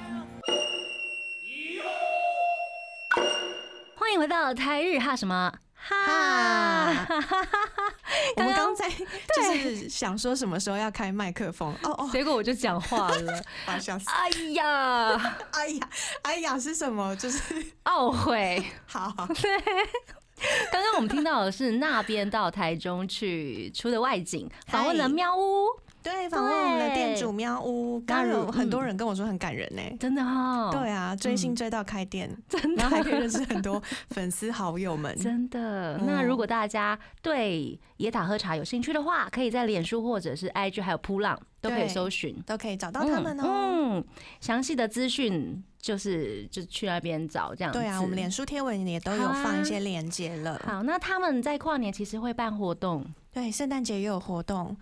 [SPEAKER 2] 欢迎回到台日哈什 么哈
[SPEAKER 3] 哈， 我们刚才就是想说什么时候要开麦克风，哦哦，
[SPEAKER 2] 结果我就讲话了，
[SPEAKER 3] 把笑死！
[SPEAKER 2] 哎呀，
[SPEAKER 3] 哎呀，哎呀是什么？就是
[SPEAKER 2] 懊悔。
[SPEAKER 3] 好，
[SPEAKER 2] 刚刚我们听到的是那边到台中去出的外景，访问了
[SPEAKER 3] 嗨
[SPEAKER 2] 喵屋，
[SPEAKER 3] 对，访问我们的店主喵屋，刚刚
[SPEAKER 2] 那如
[SPEAKER 3] 有很多人跟我说很感人呢、
[SPEAKER 2] 真的嗯哈、哦，
[SPEAKER 3] 对，啊，追星追到 开店，然后还可以认识很多粉丝好友们。
[SPEAKER 2] 真的。
[SPEAKER 3] 嗯
[SPEAKER 2] 那如果大家对野塔喝茶有兴趣的话，可以在脸书或者是 IG 还有扑浪都可以
[SPEAKER 3] 对
[SPEAKER 2] 搜寻。
[SPEAKER 3] 都可以找到他们哦。
[SPEAKER 2] 嗯，嗯详细的资讯就是就去那边找这样子。啊
[SPEAKER 3] 对啊，我们脸书贴文也都有放一些链接了。
[SPEAKER 2] 好，那他们在跨年其实会办活 动，
[SPEAKER 3] 对，圣诞节也有活动。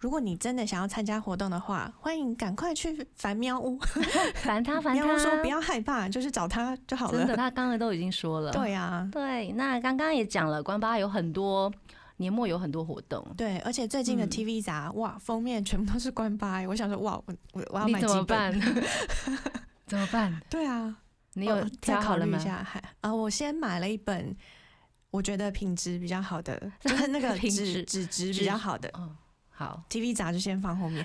[SPEAKER 3] 如果你真的想要参加活动的话，欢迎赶快去烦喵屋。
[SPEAKER 2] 烦他烦
[SPEAKER 3] 喵
[SPEAKER 2] 他，
[SPEAKER 3] 屋说不要害怕，就是找他就好
[SPEAKER 2] 真的，
[SPEAKER 3] 了。
[SPEAKER 2] 他刚才都已经说了。
[SPEAKER 3] 对啊，
[SPEAKER 2] 对，那刚刚也讲了，关巴有很多年末有很多活动，
[SPEAKER 3] 对，而且最近的
[SPEAKER 2] 嗯
[SPEAKER 3] TV 杂、哇，封面全部都是关巴欸，我想说哇，我我我要
[SPEAKER 2] 你
[SPEAKER 3] 买
[SPEAKER 2] 怎
[SPEAKER 3] 几
[SPEAKER 2] 么
[SPEAKER 3] 本？
[SPEAKER 2] 办？ 怎么办？
[SPEAKER 3] 对啊，
[SPEAKER 2] 你
[SPEAKER 3] 我
[SPEAKER 2] 有
[SPEAKER 3] 再
[SPEAKER 2] 挑好
[SPEAKER 3] 考
[SPEAKER 2] 了
[SPEAKER 3] 虑
[SPEAKER 2] 吗
[SPEAKER 3] 一？下，还啊、我先买了一本，我觉得品质比较 好的，就是那个
[SPEAKER 2] 品
[SPEAKER 3] 纸
[SPEAKER 2] 质
[SPEAKER 3] 纸质
[SPEAKER 2] 纸
[SPEAKER 3] 比较好的
[SPEAKER 2] 哦，好。
[SPEAKER 3] TV 杂就先放 后面。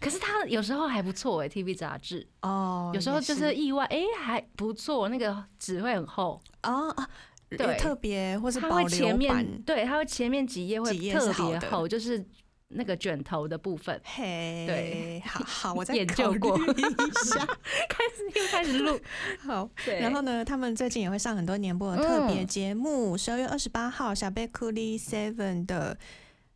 [SPEAKER 2] 可是它有时候还不错哎，TV 杂志
[SPEAKER 3] 哦，
[SPEAKER 2] 有时候
[SPEAKER 3] 也
[SPEAKER 2] 就是意外，哎，还不错，那个纸会很厚，
[SPEAKER 3] 哦啊，
[SPEAKER 2] 对
[SPEAKER 3] 特别或是
[SPEAKER 2] 它
[SPEAKER 3] 保
[SPEAKER 2] 会前
[SPEAKER 3] 留
[SPEAKER 2] 面
[SPEAKER 3] 版，
[SPEAKER 2] 对，它会前面几页会
[SPEAKER 3] 几页
[SPEAKER 2] 特
[SPEAKER 3] 是好
[SPEAKER 2] 别
[SPEAKER 3] 的。
[SPEAKER 2] 厚，就是那个卷头的部分
[SPEAKER 3] 嘿，
[SPEAKER 2] 对，
[SPEAKER 3] 好 好，我再
[SPEAKER 2] 研
[SPEAKER 3] 考
[SPEAKER 2] 究
[SPEAKER 3] 虑
[SPEAKER 2] 过
[SPEAKER 3] 一下。
[SPEAKER 2] 开始又开始录，
[SPEAKER 3] 好，
[SPEAKER 2] 对，
[SPEAKER 3] 然后呢，他们最近也会上很多年播的特别
[SPEAKER 2] 嗯
[SPEAKER 3] 节目。十二、月二十八号，小贝库利 Seven 的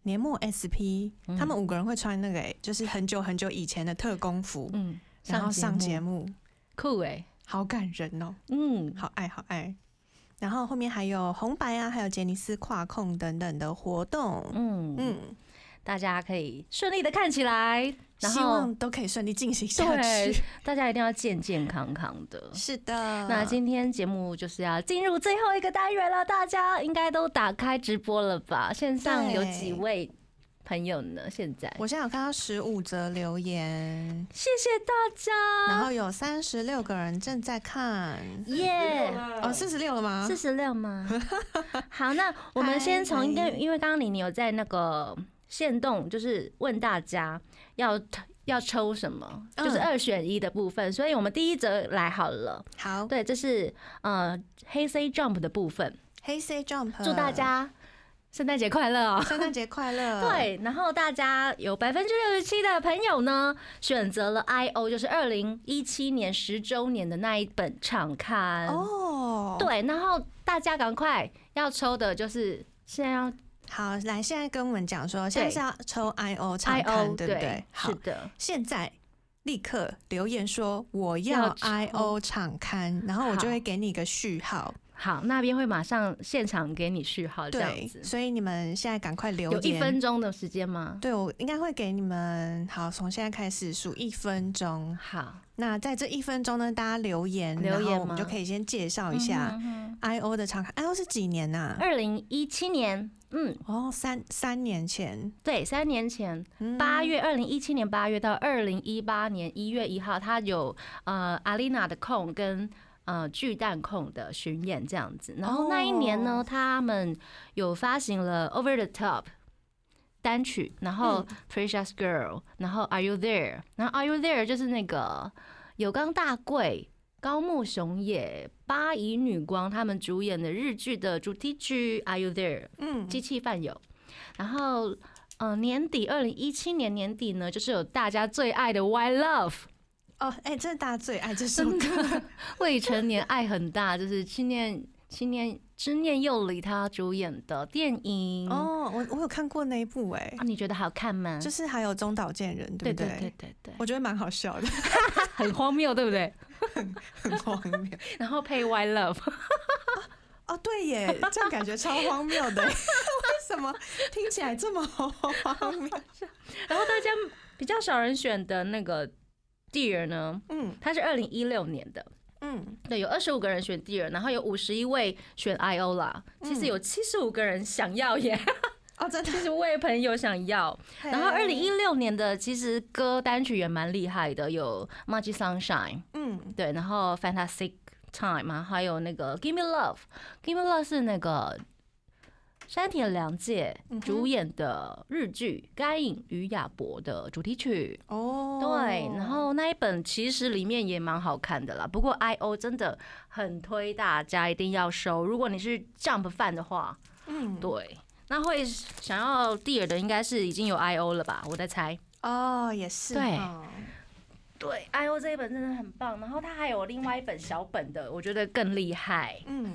[SPEAKER 3] 年末 SP，、他
[SPEAKER 2] 嗯
[SPEAKER 3] 们五个人会穿那个、欸，就是很久很久以前的特工服，
[SPEAKER 2] 嗯，
[SPEAKER 3] 然后上节
[SPEAKER 2] 目
[SPEAKER 3] 目，
[SPEAKER 2] 酷哎，
[SPEAKER 3] 好感人哦，
[SPEAKER 2] 嗯，
[SPEAKER 3] 好爱好爱。然后后面还有红白啊，还有杰尼斯跨控等等的活动，
[SPEAKER 2] 嗯嗯，
[SPEAKER 3] 嗯，
[SPEAKER 2] 大家可以顺利的看起来，然
[SPEAKER 3] 希
[SPEAKER 2] 后
[SPEAKER 3] 望都可以顺利进行下
[SPEAKER 2] 对
[SPEAKER 3] 去。，
[SPEAKER 2] 大家一定要健健康康的。
[SPEAKER 3] 是的，
[SPEAKER 2] 那今天节目就是要进入最后一个单元了，大家应该都打开直播了吧？线上有几位朋友呢？现在
[SPEAKER 3] 我现在有看到十五则留言，
[SPEAKER 2] 谢谢大家，
[SPEAKER 3] 然后有三十六个人正在看，
[SPEAKER 2] 耶！
[SPEAKER 3] 哦，四十六了吗
[SPEAKER 2] 呃四？十六 吗？好，那我们先从，
[SPEAKER 3] 嗨
[SPEAKER 2] 因为因为刚刚你你有在那个线动，就是问大家要要抽什么，
[SPEAKER 3] 嗯
[SPEAKER 2] 就是二选一的部分，所以我们第一则来好了。
[SPEAKER 3] 好，
[SPEAKER 2] 对，这是呃黑 C Jump 的部分，
[SPEAKER 3] 嗯黑 C Jump，
[SPEAKER 2] 祝大家圣诞节快乐哦！
[SPEAKER 3] 圣诞节快 乐！，
[SPEAKER 2] 对，然后大家有百分之六十七的朋友呢，选择了 I O，就是二零一七年十周年的那一本场刊。
[SPEAKER 3] 哦，，
[SPEAKER 2] 对，然后大家赶快要抽的就是现在要
[SPEAKER 3] 好，来，现在跟我们讲说，现在
[SPEAKER 2] 对
[SPEAKER 3] 是要抽 I O 唱
[SPEAKER 2] I
[SPEAKER 3] 看
[SPEAKER 2] O，
[SPEAKER 3] 对不对？好
[SPEAKER 2] 是，的，
[SPEAKER 3] 现在立刻留言说我要
[SPEAKER 2] 要抽
[SPEAKER 3] I O 场刊，然后我就
[SPEAKER 2] 好
[SPEAKER 3] 会给你一个序号。
[SPEAKER 2] 好，那边会马上现场给你序号，这样
[SPEAKER 3] 对
[SPEAKER 2] 子，。
[SPEAKER 3] 所以你们现在赶快留
[SPEAKER 2] 有
[SPEAKER 3] 言。
[SPEAKER 2] 一分钟的时间吗？
[SPEAKER 3] 对我应该会给你们好，从现在开始数一分钟。
[SPEAKER 2] 好，
[SPEAKER 3] 那在这一分钟呢，大家留言，
[SPEAKER 2] 留言
[SPEAKER 3] 然后我们
[SPEAKER 2] 吗嗯
[SPEAKER 3] 就可以先介绍一下 I O 的场刊。I O 是几年呐、
[SPEAKER 2] 二零一七年，嗯，
[SPEAKER 3] 哦，三三年前，
[SPEAKER 2] 对，三年前
[SPEAKER 3] 嗯
[SPEAKER 2] 八月，二零一七年八月到二零一八年一月一号，他有呃阿丽娜的控跟呃巨蛋控的巡演这样子。然后那一年呢，
[SPEAKER 3] 哦
[SPEAKER 2] 他们有发行了《Over the Top》单曲，然后《Precious
[SPEAKER 3] 嗯
[SPEAKER 2] Girl》，然后《Are You There》，然后《Are You There》就是那个有冈大贵。高木雄也、八乙女光他们主演的日剧的主题曲《Are You There》，
[SPEAKER 3] 嗯，
[SPEAKER 2] 机器饭友，然后呃年底二零一七年年底呢，就是有大家最爱的《Why Love
[SPEAKER 3] 哦，哎、这是大家最爱这首歌，》，
[SPEAKER 2] 未成年爱很大，就是青年青年知念佑里他主演的电影哦、
[SPEAKER 3] 哦，我我有看过那一部、
[SPEAKER 2] 啊你觉得好看吗？
[SPEAKER 3] 哎，就是还有中岛健人，
[SPEAKER 2] 对
[SPEAKER 3] 不
[SPEAKER 2] 对对对对，
[SPEAKER 3] 我觉得蛮好笑的，
[SPEAKER 2] 很荒谬，对不对？
[SPEAKER 3] 很荒谬。
[SPEAKER 2] 然后配《Why Love》，
[SPEAKER 3] 哦，对耶，这样感觉超荒谬的， 为什么听起来这么荒谬？
[SPEAKER 2] 然后大家比较少人选的那个 Dear 呢，
[SPEAKER 3] 嗯
[SPEAKER 2] 它是二零一六年的，
[SPEAKER 3] 嗯，
[SPEAKER 2] 对，有二十五个人选 Dear，然后有五十一位选 IO 啦，其
[SPEAKER 3] 嗯
[SPEAKER 2] 实有七十五个人想要耶，
[SPEAKER 3] 哦，真的
[SPEAKER 2] 七。十位朋友想 要。然后
[SPEAKER 3] 啊
[SPEAKER 2] 二零一，六年的其实歌单曲也蛮厉害的，有《Magic Sunshine》
[SPEAKER 3] 嗯，
[SPEAKER 2] 对，然后《Fantastic Time》嘛，还有那个《Give Me Love》，《Give Me Love》是那个山田凉介
[SPEAKER 3] 嗯哼
[SPEAKER 2] 主演的日剧《该隐与亚伯》的主题曲。
[SPEAKER 3] 哦，
[SPEAKER 2] 对，然后那一本其实里面也蛮好看的啦，不过 I O 真的很推大家一定要收，如果你是 Jump 饭的话，
[SPEAKER 3] 嗯，
[SPEAKER 2] 对。那会想要 Dear 的应该是已经有 I O 了吧，我在猜。
[SPEAKER 3] 哦，也是，
[SPEAKER 2] 对
[SPEAKER 3] 哦
[SPEAKER 2] 对，I O 这一本真的很棒，然后它还有另外一本小本的，我觉得更厉害。
[SPEAKER 3] 嗯，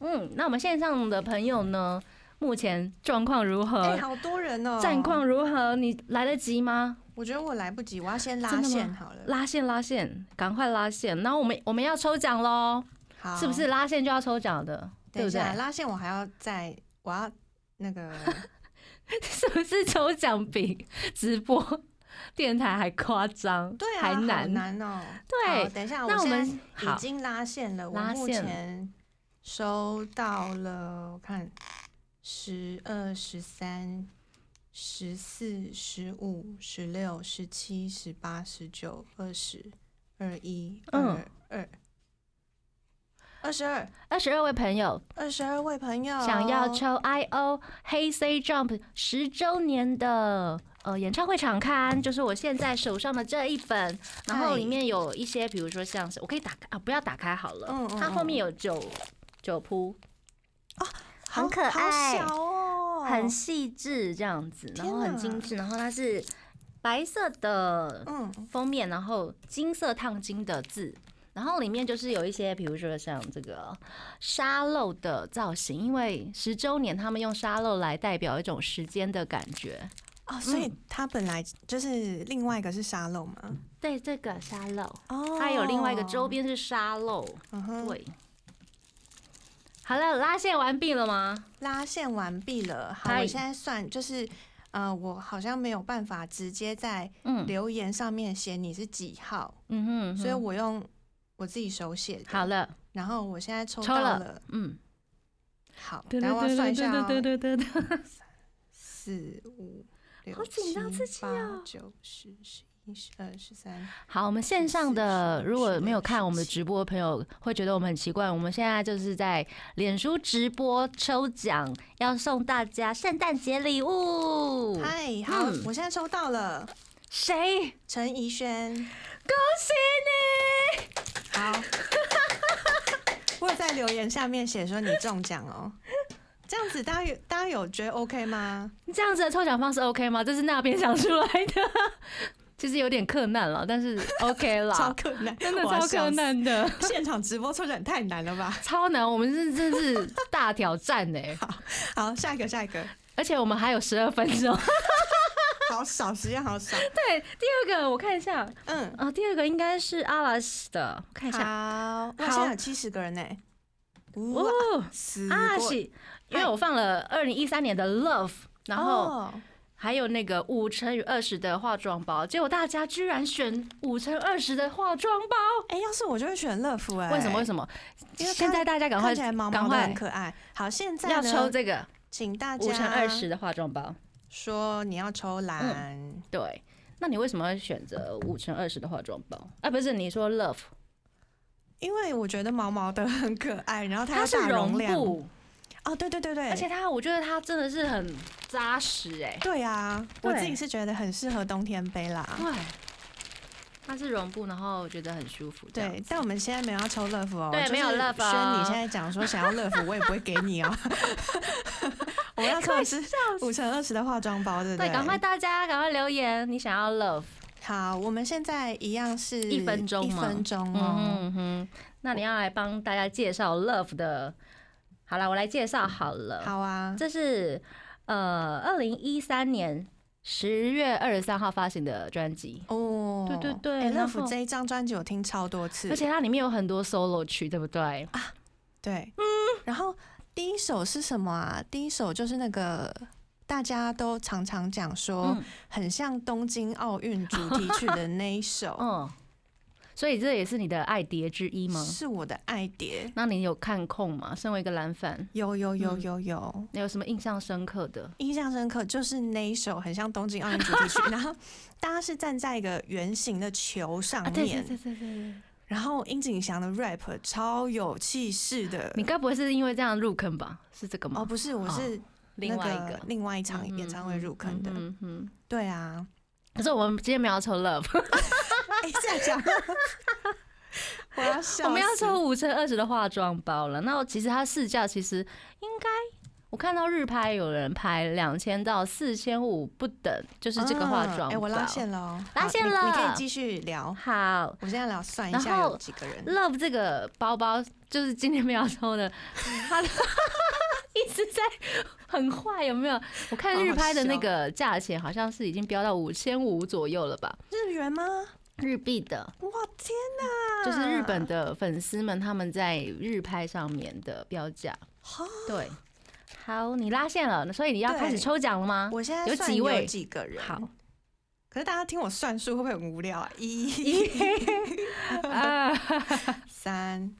[SPEAKER 2] 嗯，那我们线上的朋友呢，目前状况如
[SPEAKER 3] 哎，
[SPEAKER 2] 何？
[SPEAKER 3] 好多人哦，
[SPEAKER 2] 战况，如何？你来得及吗？
[SPEAKER 3] 我觉得我来不及，我要先拉
[SPEAKER 2] 真的吗
[SPEAKER 3] 线好了，
[SPEAKER 2] 拉线，拉线，赶快拉线！然后我们我们要抽奖喽。
[SPEAKER 3] 好，
[SPEAKER 2] 是不是？拉线就要抽奖的，对
[SPEAKER 3] 等一
[SPEAKER 2] 不对？
[SPEAKER 3] 下拉线，我还要再，我要那个
[SPEAKER 2] 是不是抽奖比直播电台还夸张？
[SPEAKER 3] 对啊，
[SPEAKER 2] 还
[SPEAKER 3] 好
[SPEAKER 2] 难。
[SPEAKER 3] 难哦。
[SPEAKER 2] 对
[SPEAKER 3] 好等一下，
[SPEAKER 2] 那我
[SPEAKER 3] 现
[SPEAKER 2] 们
[SPEAKER 3] 在
[SPEAKER 2] 好
[SPEAKER 3] 已经拉线了，我
[SPEAKER 2] 拉
[SPEAKER 3] 目
[SPEAKER 2] 线了
[SPEAKER 3] 前收到了，我看十二、十三、十四、十五、十六、十七、十八、十九、二十、二一、
[SPEAKER 2] 嗯
[SPEAKER 3] 二二、二十二、
[SPEAKER 2] 二十二位朋友
[SPEAKER 3] 二十二位朋友
[SPEAKER 2] 想要抽 I O 黑 C Jump 十周年的呃演唱会场刊，就是我现在手上的这一本，然后
[SPEAKER 3] 嗨
[SPEAKER 2] 里面有一些，比如说像是我可以打开啊，不要打开好了，
[SPEAKER 3] 嗯嗯
[SPEAKER 2] 它后面
[SPEAKER 3] 嗯
[SPEAKER 2] 有九九铺，
[SPEAKER 3] 好
[SPEAKER 2] 很可
[SPEAKER 3] 好
[SPEAKER 2] 爱
[SPEAKER 3] 小哦，
[SPEAKER 2] 很细致这样子，然后
[SPEAKER 3] 天
[SPEAKER 2] 很
[SPEAKER 3] 哪
[SPEAKER 2] 精致，然后它是白色的
[SPEAKER 3] 嗯
[SPEAKER 2] 封面，然后金色烫金的字，然后里面就是有一些，比如说像这个沙漏的造型，因为十周年他们用沙漏来代表一种时间的感觉。
[SPEAKER 3] 哦，所以它本来就是另外一个是沙漏嘛，
[SPEAKER 2] 对，这个沙漏，
[SPEAKER 3] 哦，
[SPEAKER 2] 它有另外一个周，边是沙漏。
[SPEAKER 3] 嗯哼，
[SPEAKER 2] 对，好了，拉线完毕了吗？
[SPEAKER 3] 拉线完毕了，好，
[SPEAKER 2] 嗨
[SPEAKER 3] 我现在算就是，呃，我好像没有办法直接在
[SPEAKER 2] 嗯
[SPEAKER 3] 留言上面写你是几号，
[SPEAKER 2] 嗯哼嗯哼
[SPEAKER 3] 所以我用我自己手写的。
[SPEAKER 2] 好，了，
[SPEAKER 3] 然后我现在抽
[SPEAKER 2] 抽
[SPEAKER 3] 到
[SPEAKER 2] 了
[SPEAKER 3] 了，
[SPEAKER 2] 嗯，
[SPEAKER 3] 好，等一下我要算一下哦，
[SPEAKER 2] 对对对对对，
[SPEAKER 3] 四五六
[SPEAKER 2] 好紧张
[SPEAKER 3] 七
[SPEAKER 2] 自己
[SPEAKER 3] 八
[SPEAKER 2] 哦
[SPEAKER 3] 九十十一十二十三，
[SPEAKER 2] 好，我们线上的如果没有看我们的直播的朋友，会觉得我们很奇怪。我们现在就是在脸书直播抽奖，要送大家圣诞节礼物。
[SPEAKER 3] 嗨，好
[SPEAKER 2] 嗯，
[SPEAKER 3] 我现在抽到了
[SPEAKER 2] 谁？
[SPEAKER 3] 陈怡轩，
[SPEAKER 2] 恭喜你！
[SPEAKER 3] 好，我有在留言下面写说你中奖哦，这样子大家有大家有觉得 OK 吗？
[SPEAKER 2] 这样子的抽奖方式 OK 吗？这是那边想出来的， 其实有点困难了，但 是 OK
[SPEAKER 3] 超
[SPEAKER 2] 啦，
[SPEAKER 3] 困难，
[SPEAKER 2] 啊真的
[SPEAKER 3] 我要
[SPEAKER 2] 超
[SPEAKER 3] 笑
[SPEAKER 2] 困
[SPEAKER 3] 死。
[SPEAKER 2] 难的，
[SPEAKER 3] 现场直播抽奖太难了吧？
[SPEAKER 2] 超难，我们是真是大挑战哎、
[SPEAKER 3] 好，下一个，下一个，
[SPEAKER 2] 而且我们还有十二分钟。
[SPEAKER 3] 好少，时间好少。
[SPEAKER 2] 对，第二个我看一下，
[SPEAKER 3] 嗯，
[SPEAKER 2] 啊，第二个应该是阿拉斯的，我看一下。
[SPEAKER 3] 好，哇，
[SPEAKER 2] 好
[SPEAKER 3] 现在有七十个人呢、哇，
[SPEAKER 2] 哦，
[SPEAKER 3] 死
[SPEAKER 2] 阿拉
[SPEAKER 3] 过
[SPEAKER 2] 西，因为我放了二零一三年的 Love，然后
[SPEAKER 3] 哦
[SPEAKER 2] 还有那个五乘以二十的化妆包，结果大家居然选五乘二十的化妆包，
[SPEAKER 3] 哎、要是我就会选乐福哎、
[SPEAKER 2] 为什么？为什么？
[SPEAKER 3] 因为
[SPEAKER 2] 现在大家赶
[SPEAKER 3] 看
[SPEAKER 2] 快
[SPEAKER 3] 起来毛
[SPEAKER 2] 赶
[SPEAKER 3] 毛的
[SPEAKER 2] 快
[SPEAKER 3] 很可爱。好，现在
[SPEAKER 2] 要
[SPEAKER 3] 呢
[SPEAKER 2] 抽这个
[SPEAKER 3] 请大家
[SPEAKER 2] 五乘二十的嗯化妆包，
[SPEAKER 3] 说你要抽蓝、
[SPEAKER 2] 对。那你为什么会选择五乘二十的化妆包？啊，不是你说 Love，
[SPEAKER 3] 因为我觉得毛毛的很可爱，然后它
[SPEAKER 2] 它
[SPEAKER 3] 有
[SPEAKER 2] 是
[SPEAKER 3] 大
[SPEAKER 2] 绒
[SPEAKER 3] 容量
[SPEAKER 2] 布，
[SPEAKER 3] 哦，对对对对，
[SPEAKER 2] 而且它我觉得它真的是很扎实哎、
[SPEAKER 3] 对啊，
[SPEAKER 2] 对
[SPEAKER 3] 我自己是觉得很适合冬天背 啦。
[SPEAKER 2] 对，它是绒布，然后我觉得很舒服。这样
[SPEAKER 3] 对，但我们现在没有要抽乐福哦，
[SPEAKER 2] 对
[SPEAKER 3] 就是
[SPEAKER 2] 没有乐福哦
[SPEAKER 3] 轩，你现在讲说想要乐福，我也不会给你 哦。我们要抽的是五乘二十的化妆包，对不
[SPEAKER 2] 对，赶快大家赶快留言，你想要 love，
[SPEAKER 3] 好，我们现在一样是
[SPEAKER 2] 一分钟
[SPEAKER 3] 一
[SPEAKER 2] 吗
[SPEAKER 3] 分钟
[SPEAKER 2] 嗯
[SPEAKER 3] 哦。
[SPEAKER 2] 哼嗯哼，那你要来帮大家介绍 love 的，好了，我来介绍好了。，
[SPEAKER 3] 好啊，
[SPEAKER 2] 这是呃二零一三年十月二十三号发行的专辑，
[SPEAKER 3] 哦，
[SPEAKER 2] 对对对
[SPEAKER 3] 哎乐
[SPEAKER 2] 然
[SPEAKER 3] 福
[SPEAKER 2] 后
[SPEAKER 3] 这一张专辑我听超多次，
[SPEAKER 2] 而且它里面有很多 solo 曲，对不对？
[SPEAKER 3] 啊对，嗯，然后第一首是什么啊？第一首就是那个大家都常常讲说
[SPEAKER 2] 嗯
[SPEAKER 3] 很像东京奥运主题曲的那 一首，
[SPEAKER 2] 嗯，所以这也是你的爱碟之一吗？
[SPEAKER 3] 是我的爱蝶。
[SPEAKER 2] 那你有看空吗？身为一个蓝粉，
[SPEAKER 3] 有有有
[SPEAKER 2] 嗯
[SPEAKER 3] 有有，
[SPEAKER 2] 你有什么印象深刻的？
[SPEAKER 3] 印象深刻就是那一首很像东京奥运主题 曲，然后大家是站在一个圆形的球上面，
[SPEAKER 2] 啊对对，
[SPEAKER 3] 然后殷景祥的 rap 超有气势的
[SPEAKER 2] 你。该不会是因为这样入坑吧？是这个吗？
[SPEAKER 3] 哦，不是，我是
[SPEAKER 2] 另外一
[SPEAKER 3] 那
[SPEAKER 2] 个
[SPEAKER 3] 另外一场
[SPEAKER 2] 嗯
[SPEAKER 3] 演唱会入坑的。
[SPEAKER 2] 嗯嗯嗯嗯
[SPEAKER 3] 对啊，
[SPEAKER 2] 可是我们今天没有要抽 love，
[SPEAKER 3] 哎、这样讲，我要笑死。
[SPEAKER 2] 我们要抽五乘二十的化妆包了。那其实它市价其实应该，我看到日拍有人拍两千到四千五不等，就是这个化妆包。
[SPEAKER 3] 哎、我拉线了哦，
[SPEAKER 2] 拉
[SPEAKER 3] 好
[SPEAKER 2] 线
[SPEAKER 3] 你你可
[SPEAKER 2] 了
[SPEAKER 3] 以继续聊。
[SPEAKER 2] 好
[SPEAKER 3] 我现在聊算一
[SPEAKER 2] 然
[SPEAKER 3] 下有
[SPEAKER 2] 后
[SPEAKER 3] 几个人。
[SPEAKER 2] ，love 这个包包就是今天没有要抽的，它 的一直在很坏，有没有？我看日拍的那个价钱好像是已经飙到五千五左右了吧，
[SPEAKER 3] 日元吗？
[SPEAKER 2] 日币的。
[SPEAKER 3] 哇天哪！
[SPEAKER 2] 就是日本的粉丝们他们在日拍上面的标价。
[SPEAKER 3] 哈。
[SPEAKER 2] 对，好，你拉线了，所以你要开始
[SPEAKER 3] 对
[SPEAKER 2] 抽奖了吗？
[SPEAKER 3] 我现在
[SPEAKER 2] 有
[SPEAKER 3] 算
[SPEAKER 2] 几位
[SPEAKER 3] 有几个人？
[SPEAKER 2] 好，
[SPEAKER 3] 可是大家听我算数会不会很无聊啊？一、
[SPEAKER 2] 啊，
[SPEAKER 3] 三、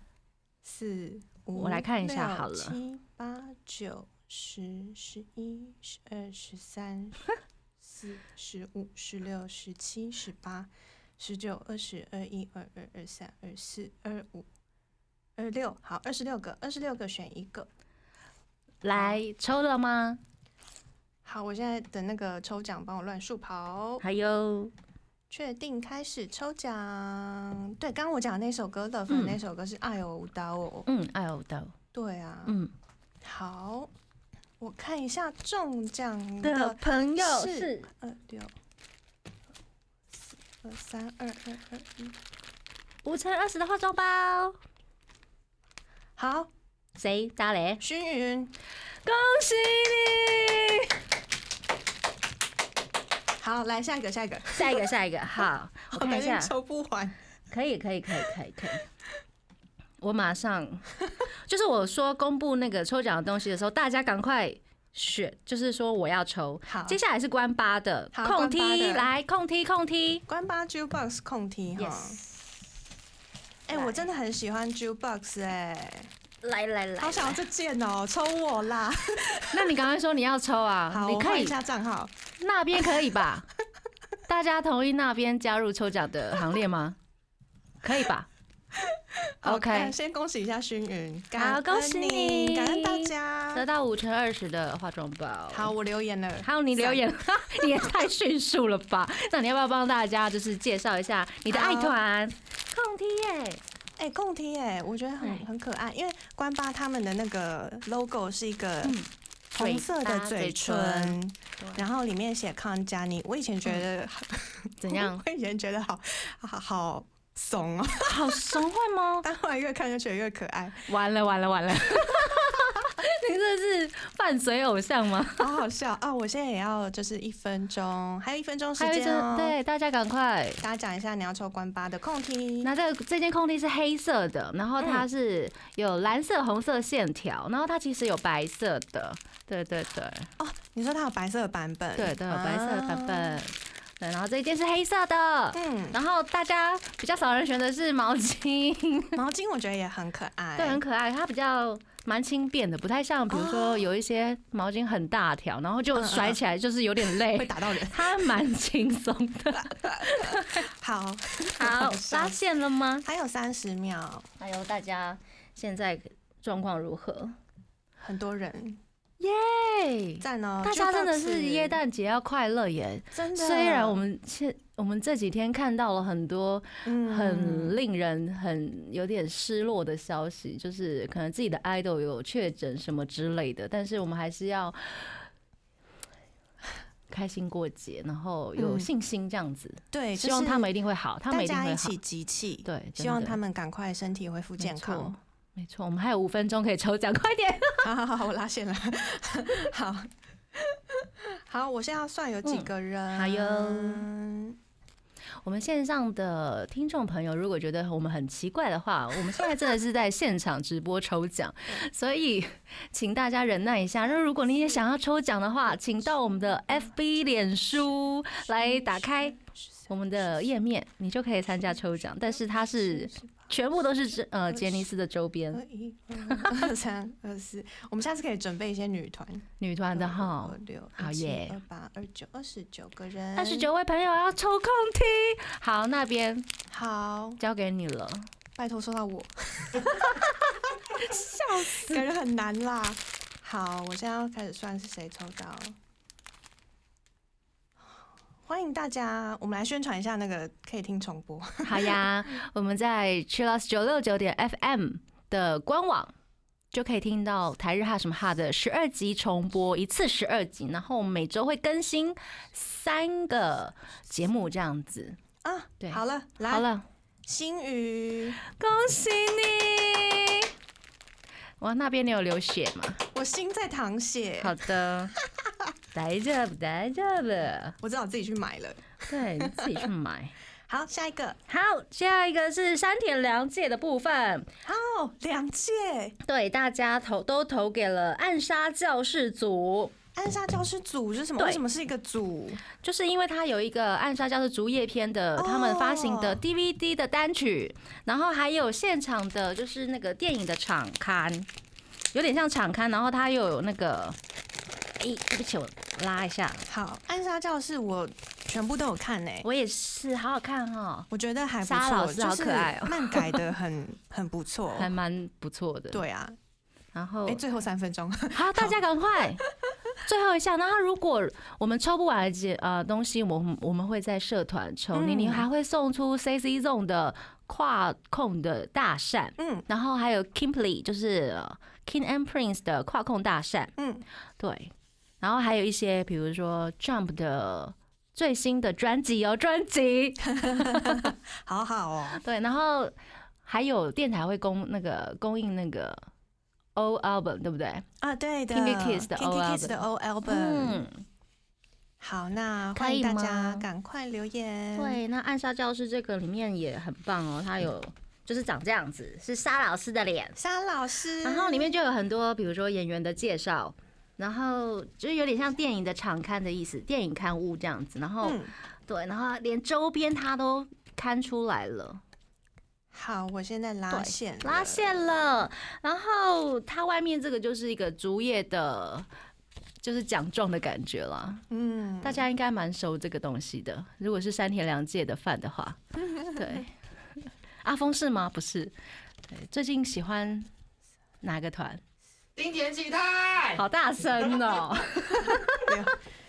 [SPEAKER 3] 四、五，
[SPEAKER 2] 我来看一下
[SPEAKER 3] 六
[SPEAKER 2] 好了
[SPEAKER 3] 七、八、九、十、十一、十二、十三、十四、十五、十六、十七、十八、十九、二十二、一、二二、二三、二四、二五、二六。好，二十六个，二十六个选一个。
[SPEAKER 2] 来抽了吗？
[SPEAKER 3] 好，我现在等那个抽奖帮我乱数跑。
[SPEAKER 2] 还有，
[SPEAKER 3] 确定开始抽奖。对，刚刚我讲的那首歌乐粉、
[SPEAKER 2] 嗯
[SPEAKER 3] 那首歌是《爱有舞蹈》哦。
[SPEAKER 2] 嗯，哎呦的，
[SPEAKER 3] 对啊，
[SPEAKER 2] 嗯，
[SPEAKER 3] 好，我看一下中奖
[SPEAKER 2] 的
[SPEAKER 3] 的
[SPEAKER 2] 朋友
[SPEAKER 3] 是
[SPEAKER 2] 是
[SPEAKER 3] 二六四二三二二二一。
[SPEAKER 2] 五乘二十的化妆包，
[SPEAKER 3] 好，
[SPEAKER 2] 谁打嘞？
[SPEAKER 3] 薰云，
[SPEAKER 2] 恭喜你！
[SPEAKER 3] 好，来下一个，下一个，
[SPEAKER 2] 下一个，下一个，好，我看一
[SPEAKER 3] 担心
[SPEAKER 2] 下，
[SPEAKER 3] 抽不完。
[SPEAKER 2] 可以，可以，可以，可以，可以。我马上， 就是我说公布那个抽奖的东西的时候，大家赶快选，就是说我要抽。
[SPEAKER 3] 好，
[SPEAKER 2] 接下来是关八的
[SPEAKER 3] 好
[SPEAKER 2] 空
[SPEAKER 3] 关八
[SPEAKER 2] 踢，
[SPEAKER 3] 的
[SPEAKER 2] 来空踢空踢。
[SPEAKER 3] 关八 Jukebox 空题哈。
[SPEAKER 2] Yes，
[SPEAKER 3] 哎、
[SPEAKER 2] 来
[SPEAKER 3] 我真的很喜欢 Jukebox 哎、
[SPEAKER 2] 来来来
[SPEAKER 3] 好，想要这件哦，抽我啦！
[SPEAKER 2] 那你刚刚说你要抽啊？
[SPEAKER 3] 好，
[SPEAKER 2] 你
[SPEAKER 3] 我
[SPEAKER 2] 可
[SPEAKER 3] 看一
[SPEAKER 2] 以
[SPEAKER 3] 下账号。
[SPEAKER 2] 那边可以吧？大家同意那边加入抽奖的行列吗？可以吧
[SPEAKER 3] OK，
[SPEAKER 2] ？OK，
[SPEAKER 3] 先恭喜一下薰云，
[SPEAKER 2] 好恭喜
[SPEAKER 3] 你
[SPEAKER 2] 你
[SPEAKER 3] 感恩大
[SPEAKER 2] 得
[SPEAKER 3] 家。
[SPEAKER 2] 到五乘二十的化妆包。
[SPEAKER 3] 好，我留言了。
[SPEAKER 2] 还有你留言， 你也太迅速了 啊吧？那你要不要帮大家就是介绍一下你的爱团？空踢耶，
[SPEAKER 3] 哎、哎、共梯哎，我觉得很
[SPEAKER 2] 对
[SPEAKER 3] 很可爱，因为关巴他们的那个 logo 是一个
[SPEAKER 2] 嗯
[SPEAKER 3] 红色的
[SPEAKER 2] 嘴
[SPEAKER 3] 嘴
[SPEAKER 2] 巴
[SPEAKER 3] 唇，
[SPEAKER 2] 对嗯
[SPEAKER 3] 然后里面写康佳妮。我以前觉得、
[SPEAKER 2] 怎样？
[SPEAKER 3] 我以前觉得好好好怂哦，
[SPEAKER 2] 好神会吗？
[SPEAKER 3] 但后来越看就觉得越可爱，
[SPEAKER 2] 完了完了完了！ 你这是伴随偶像吗？
[SPEAKER 3] 好好笑啊、我现在也要就是一分钟，还有一分钟时
[SPEAKER 2] 还有一
[SPEAKER 3] 间哦
[SPEAKER 2] 张，。对大家赶快。
[SPEAKER 3] 大家讲一下你要抽关巴的空梯。
[SPEAKER 2] 那这个这间空地是黑色的，然后它是有蓝色、红色线条，然后它其实有白色的，对对对
[SPEAKER 3] 哦，你说它有白色的版本，
[SPEAKER 2] 对对，有白色的版
[SPEAKER 3] 啊。
[SPEAKER 2] 本。对，然后这一件是黑色的，
[SPEAKER 3] 嗯，
[SPEAKER 2] 然后大家比较少人选的是毛巾，
[SPEAKER 3] 毛巾我觉得也很可爱，
[SPEAKER 2] 对，很可爱，它比较蛮轻便的，不太像比如说有一些毛巾很大条，然后就甩起来就是有点累
[SPEAKER 3] 会，打到人。
[SPEAKER 2] 它蛮轻松的。
[SPEAKER 3] 好，
[SPEAKER 2] 好，
[SPEAKER 3] 笑
[SPEAKER 2] 发现了吗？
[SPEAKER 3] 还有三十秒，
[SPEAKER 2] 还有大家现在状况如何？
[SPEAKER 3] 很多人
[SPEAKER 2] 耶！
[SPEAKER 3] 赞哦，
[SPEAKER 2] 大家
[SPEAKER 3] 就到
[SPEAKER 2] 真的是
[SPEAKER 3] 此
[SPEAKER 2] 耶诞节要快乐耶！
[SPEAKER 3] 真的。
[SPEAKER 2] 虽然我们现我们这几天看到了很多
[SPEAKER 3] 嗯
[SPEAKER 2] 很令人很有点失落的消息，就是可能自己的 idol 有确诊什么之类的，但是我们还是要 开心过节，然后有
[SPEAKER 3] 嗯
[SPEAKER 2] 信心这样子，
[SPEAKER 3] 对，
[SPEAKER 2] 希望他们一
[SPEAKER 3] 一
[SPEAKER 2] 定会好，他
[SPEAKER 3] 大
[SPEAKER 2] 们一定
[SPEAKER 3] 家
[SPEAKER 2] 会
[SPEAKER 3] 一
[SPEAKER 2] 好
[SPEAKER 3] 起，集气，
[SPEAKER 2] 对，真的
[SPEAKER 3] 希望他们赶快身体恢复健康。。
[SPEAKER 2] 没错没错，我们还有五分钟可以抽奖， 快点！
[SPEAKER 3] 好好好，我拉线了。 好好，我现在要算有几
[SPEAKER 2] 嗯
[SPEAKER 3] 个人。
[SPEAKER 2] 好哟我们线上的听众朋友，如果觉得我们很奇怪的 话，我们现在真的是在现场直播抽奖，所以请大家忍耐一下。那如果你也想要抽奖的话，请到我们的 FB 脸书来打开我们的页面，你就可以参加抽奖。但是它是全部都是这呃杰尼斯的周边
[SPEAKER 3] 二一二三二四，我们下次可以准备一些女团。
[SPEAKER 2] 女团的
[SPEAKER 3] 号，
[SPEAKER 2] 哈
[SPEAKER 3] 二。六
[SPEAKER 2] 好
[SPEAKER 3] 二七
[SPEAKER 2] 耶
[SPEAKER 3] 二八二九二十九个人，
[SPEAKER 2] 二十九位朋友要抽空听，好，那边
[SPEAKER 3] 好，
[SPEAKER 2] 交给你了。
[SPEAKER 3] 拜托说 到我，笑死，感觉很难啦。好，我现在要开始算是谁抽到。欢迎大家，我们来宣传一下那个可以听重播。
[SPEAKER 2] 好呀，我们在 Chillus 九六九点 FM 的官网。就可以听到台日哈什么哈的十二集重播，一次十二集，然后每周会更新三个节目这样子。
[SPEAKER 3] 啊，
[SPEAKER 2] 对
[SPEAKER 3] 好了，来，
[SPEAKER 2] 好，了，
[SPEAKER 3] 新宇，
[SPEAKER 2] 恭喜你！哇，那边你有流血吗？
[SPEAKER 3] 我心在淌血，
[SPEAKER 2] 好 的，大丈夫，大丈 夫，
[SPEAKER 3] 我只好自己去买了。
[SPEAKER 2] 对，你自己去买。
[SPEAKER 3] 好，下一个，
[SPEAKER 2] 好，下一个是山田凉介的部分。
[SPEAKER 3] 好，两届
[SPEAKER 2] 对，大家投都投给了暗杀教室组，
[SPEAKER 3] 暗杀教师组是什么？
[SPEAKER 2] 对
[SPEAKER 3] 为什么是一个组？
[SPEAKER 2] 就是因为它有一个暗杀教室竹叶篇的他们发行的
[SPEAKER 3] 哦
[SPEAKER 2] DVD 的单曲，然后还有现场的，就是那个电影的场刊，有点像场刊，然后它又有那个，哎、对不起，我拉一下，
[SPEAKER 3] 好，暗杀教室我全部都有看呢、欸
[SPEAKER 2] 我也是，好好看哦，
[SPEAKER 3] 我觉得还不
[SPEAKER 2] 莎老
[SPEAKER 3] 错，
[SPEAKER 2] 师好可爱哦
[SPEAKER 3] 就是漫改 的很很不错。
[SPEAKER 2] 还蛮不错的。，
[SPEAKER 3] 对啊，
[SPEAKER 2] 然后
[SPEAKER 3] 哎、最后三分钟，
[SPEAKER 2] 好，大家赶快， 最后一项。然后如果我们抽不完的节呃东西，我们我们会在社团抽。
[SPEAKER 3] 嗯
[SPEAKER 2] 你你还会送出 CC Zone 的跨控的大扇，
[SPEAKER 3] 嗯
[SPEAKER 2] 然后还有 Kimpley 就是呃 King and Prince 的跨控大扇，
[SPEAKER 3] 嗯，
[SPEAKER 2] 对。然后还有一些比如说 Jump 的最新的专辑哦，专辑
[SPEAKER 3] 好好哦，
[SPEAKER 2] 对，然后还有电台会供那个供应那个 O album 对不对？
[SPEAKER 3] 啊，对的
[SPEAKER 2] Kinky Kids 的
[SPEAKER 3] Kinky
[SPEAKER 2] O 嗯
[SPEAKER 3] Kids 的 O album，、好，那
[SPEAKER 2] 可
[SPEAKER 3] 欢迎
[SPEAKER 2] 以
[SPEAKER 3] 大家
[SPEAKER 2] 吗
[SPEAKER 3] 赶快留言，，
[SPEAKER 2] 对，那暗杀教室这个里面也很棒哦，它有就是长这样子，是沙老师的脸，
[SPEAKER 3] 沙老师，
[SPEAKER 2] 然后里面就有很多，比如说演员的介绍，然后就是有点像电影的场刊的意思，电影刊物这样子，然后、
[SPEAKER 3] 嗯，
[SPEAKER 2] 对，然后连周边它都刊出来了，
[SPEAKER 3] 好，我现在拉
[SPEAKER 2] 对
[SPEAKER 3] 线，
[SPEAKER 2] 拉
[SPEAKER 3] 线，
[SPEAKER 2] 线了，然后它外面这个就是一个竹叶的。就是奖状的感觉啦，
[SPEAKER 3] 嗯，
[SPEAKER 2] 大家应该蛮熟这个东西的。如果是山田凉介的饭的 话，对，阿峰是吗？不是，对，最近喜欢哪个团？
[SPEAKER 7] 丁田启泰，
[SPEAKER 2] 好大声哦、
[SPEAKER 3] 六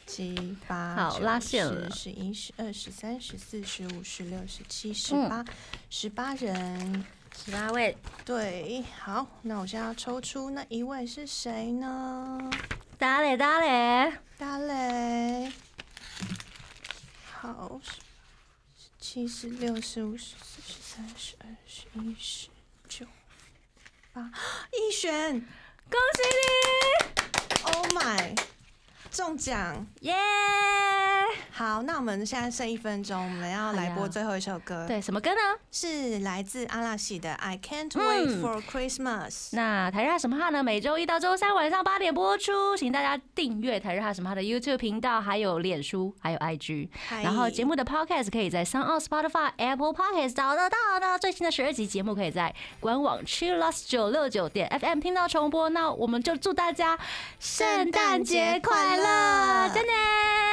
[SPEAKER 3] 七八，
[SPEAKER 2] 好
[SPEAKER 3] 九
[SPEAKER 2] 拉线了
[SPEAKER 3] 十十一、十二、十三、十四、十五、十六、十七、十
[SPEAKER 2] 嗯
[SPEAKER 3] 八，十八人。
[SPEAKER 2] 十八位，
[SPEAKER 3] 对，好，那我现在要抽出那一位是谁呢？
[SPEAKER 2] 打嘞打嘞，
[SPEAKER 3] 打嘞，好，七十六、十五、十四、十三、十二、十一、十九、八，一选
[SPEAKER 2] 恭喜
[SPEAKER 3] ，Oh my，中奖！
[SPEAKER 2] 你，耶！
[SPEAKER 3] 好，那我们现在剩一分钟，我们要来
[SPEAKER 2] 哎呀
[SPEAKER 3] 播最后一首歌，
[SPEAKER 2] 对，什么歌呢？
[SPEAKER 3] 是来自阿拉西的《I Can't
[SPEAKER 2] 嗯
[SPEAKER 3] Wait for Christmas》。
[SPEAKER 2] 那台日哈什么哈呢？每周一到周三晚上八点播出，请大家订阅台日哈什么哈的 YouTube 频道，还有脸书，还有 IG。然后节目的 Podcast 可以在 s o u n Spotify、Apple Podcast 找得到呢。最新的十二集节目可以在官网 Chillus 九六九点 FM 听到重播。那我们就祝大家圣诞节快乐，
[SPEAKER 3] 圣诞节快乐
[SPEAKER 2] 真的。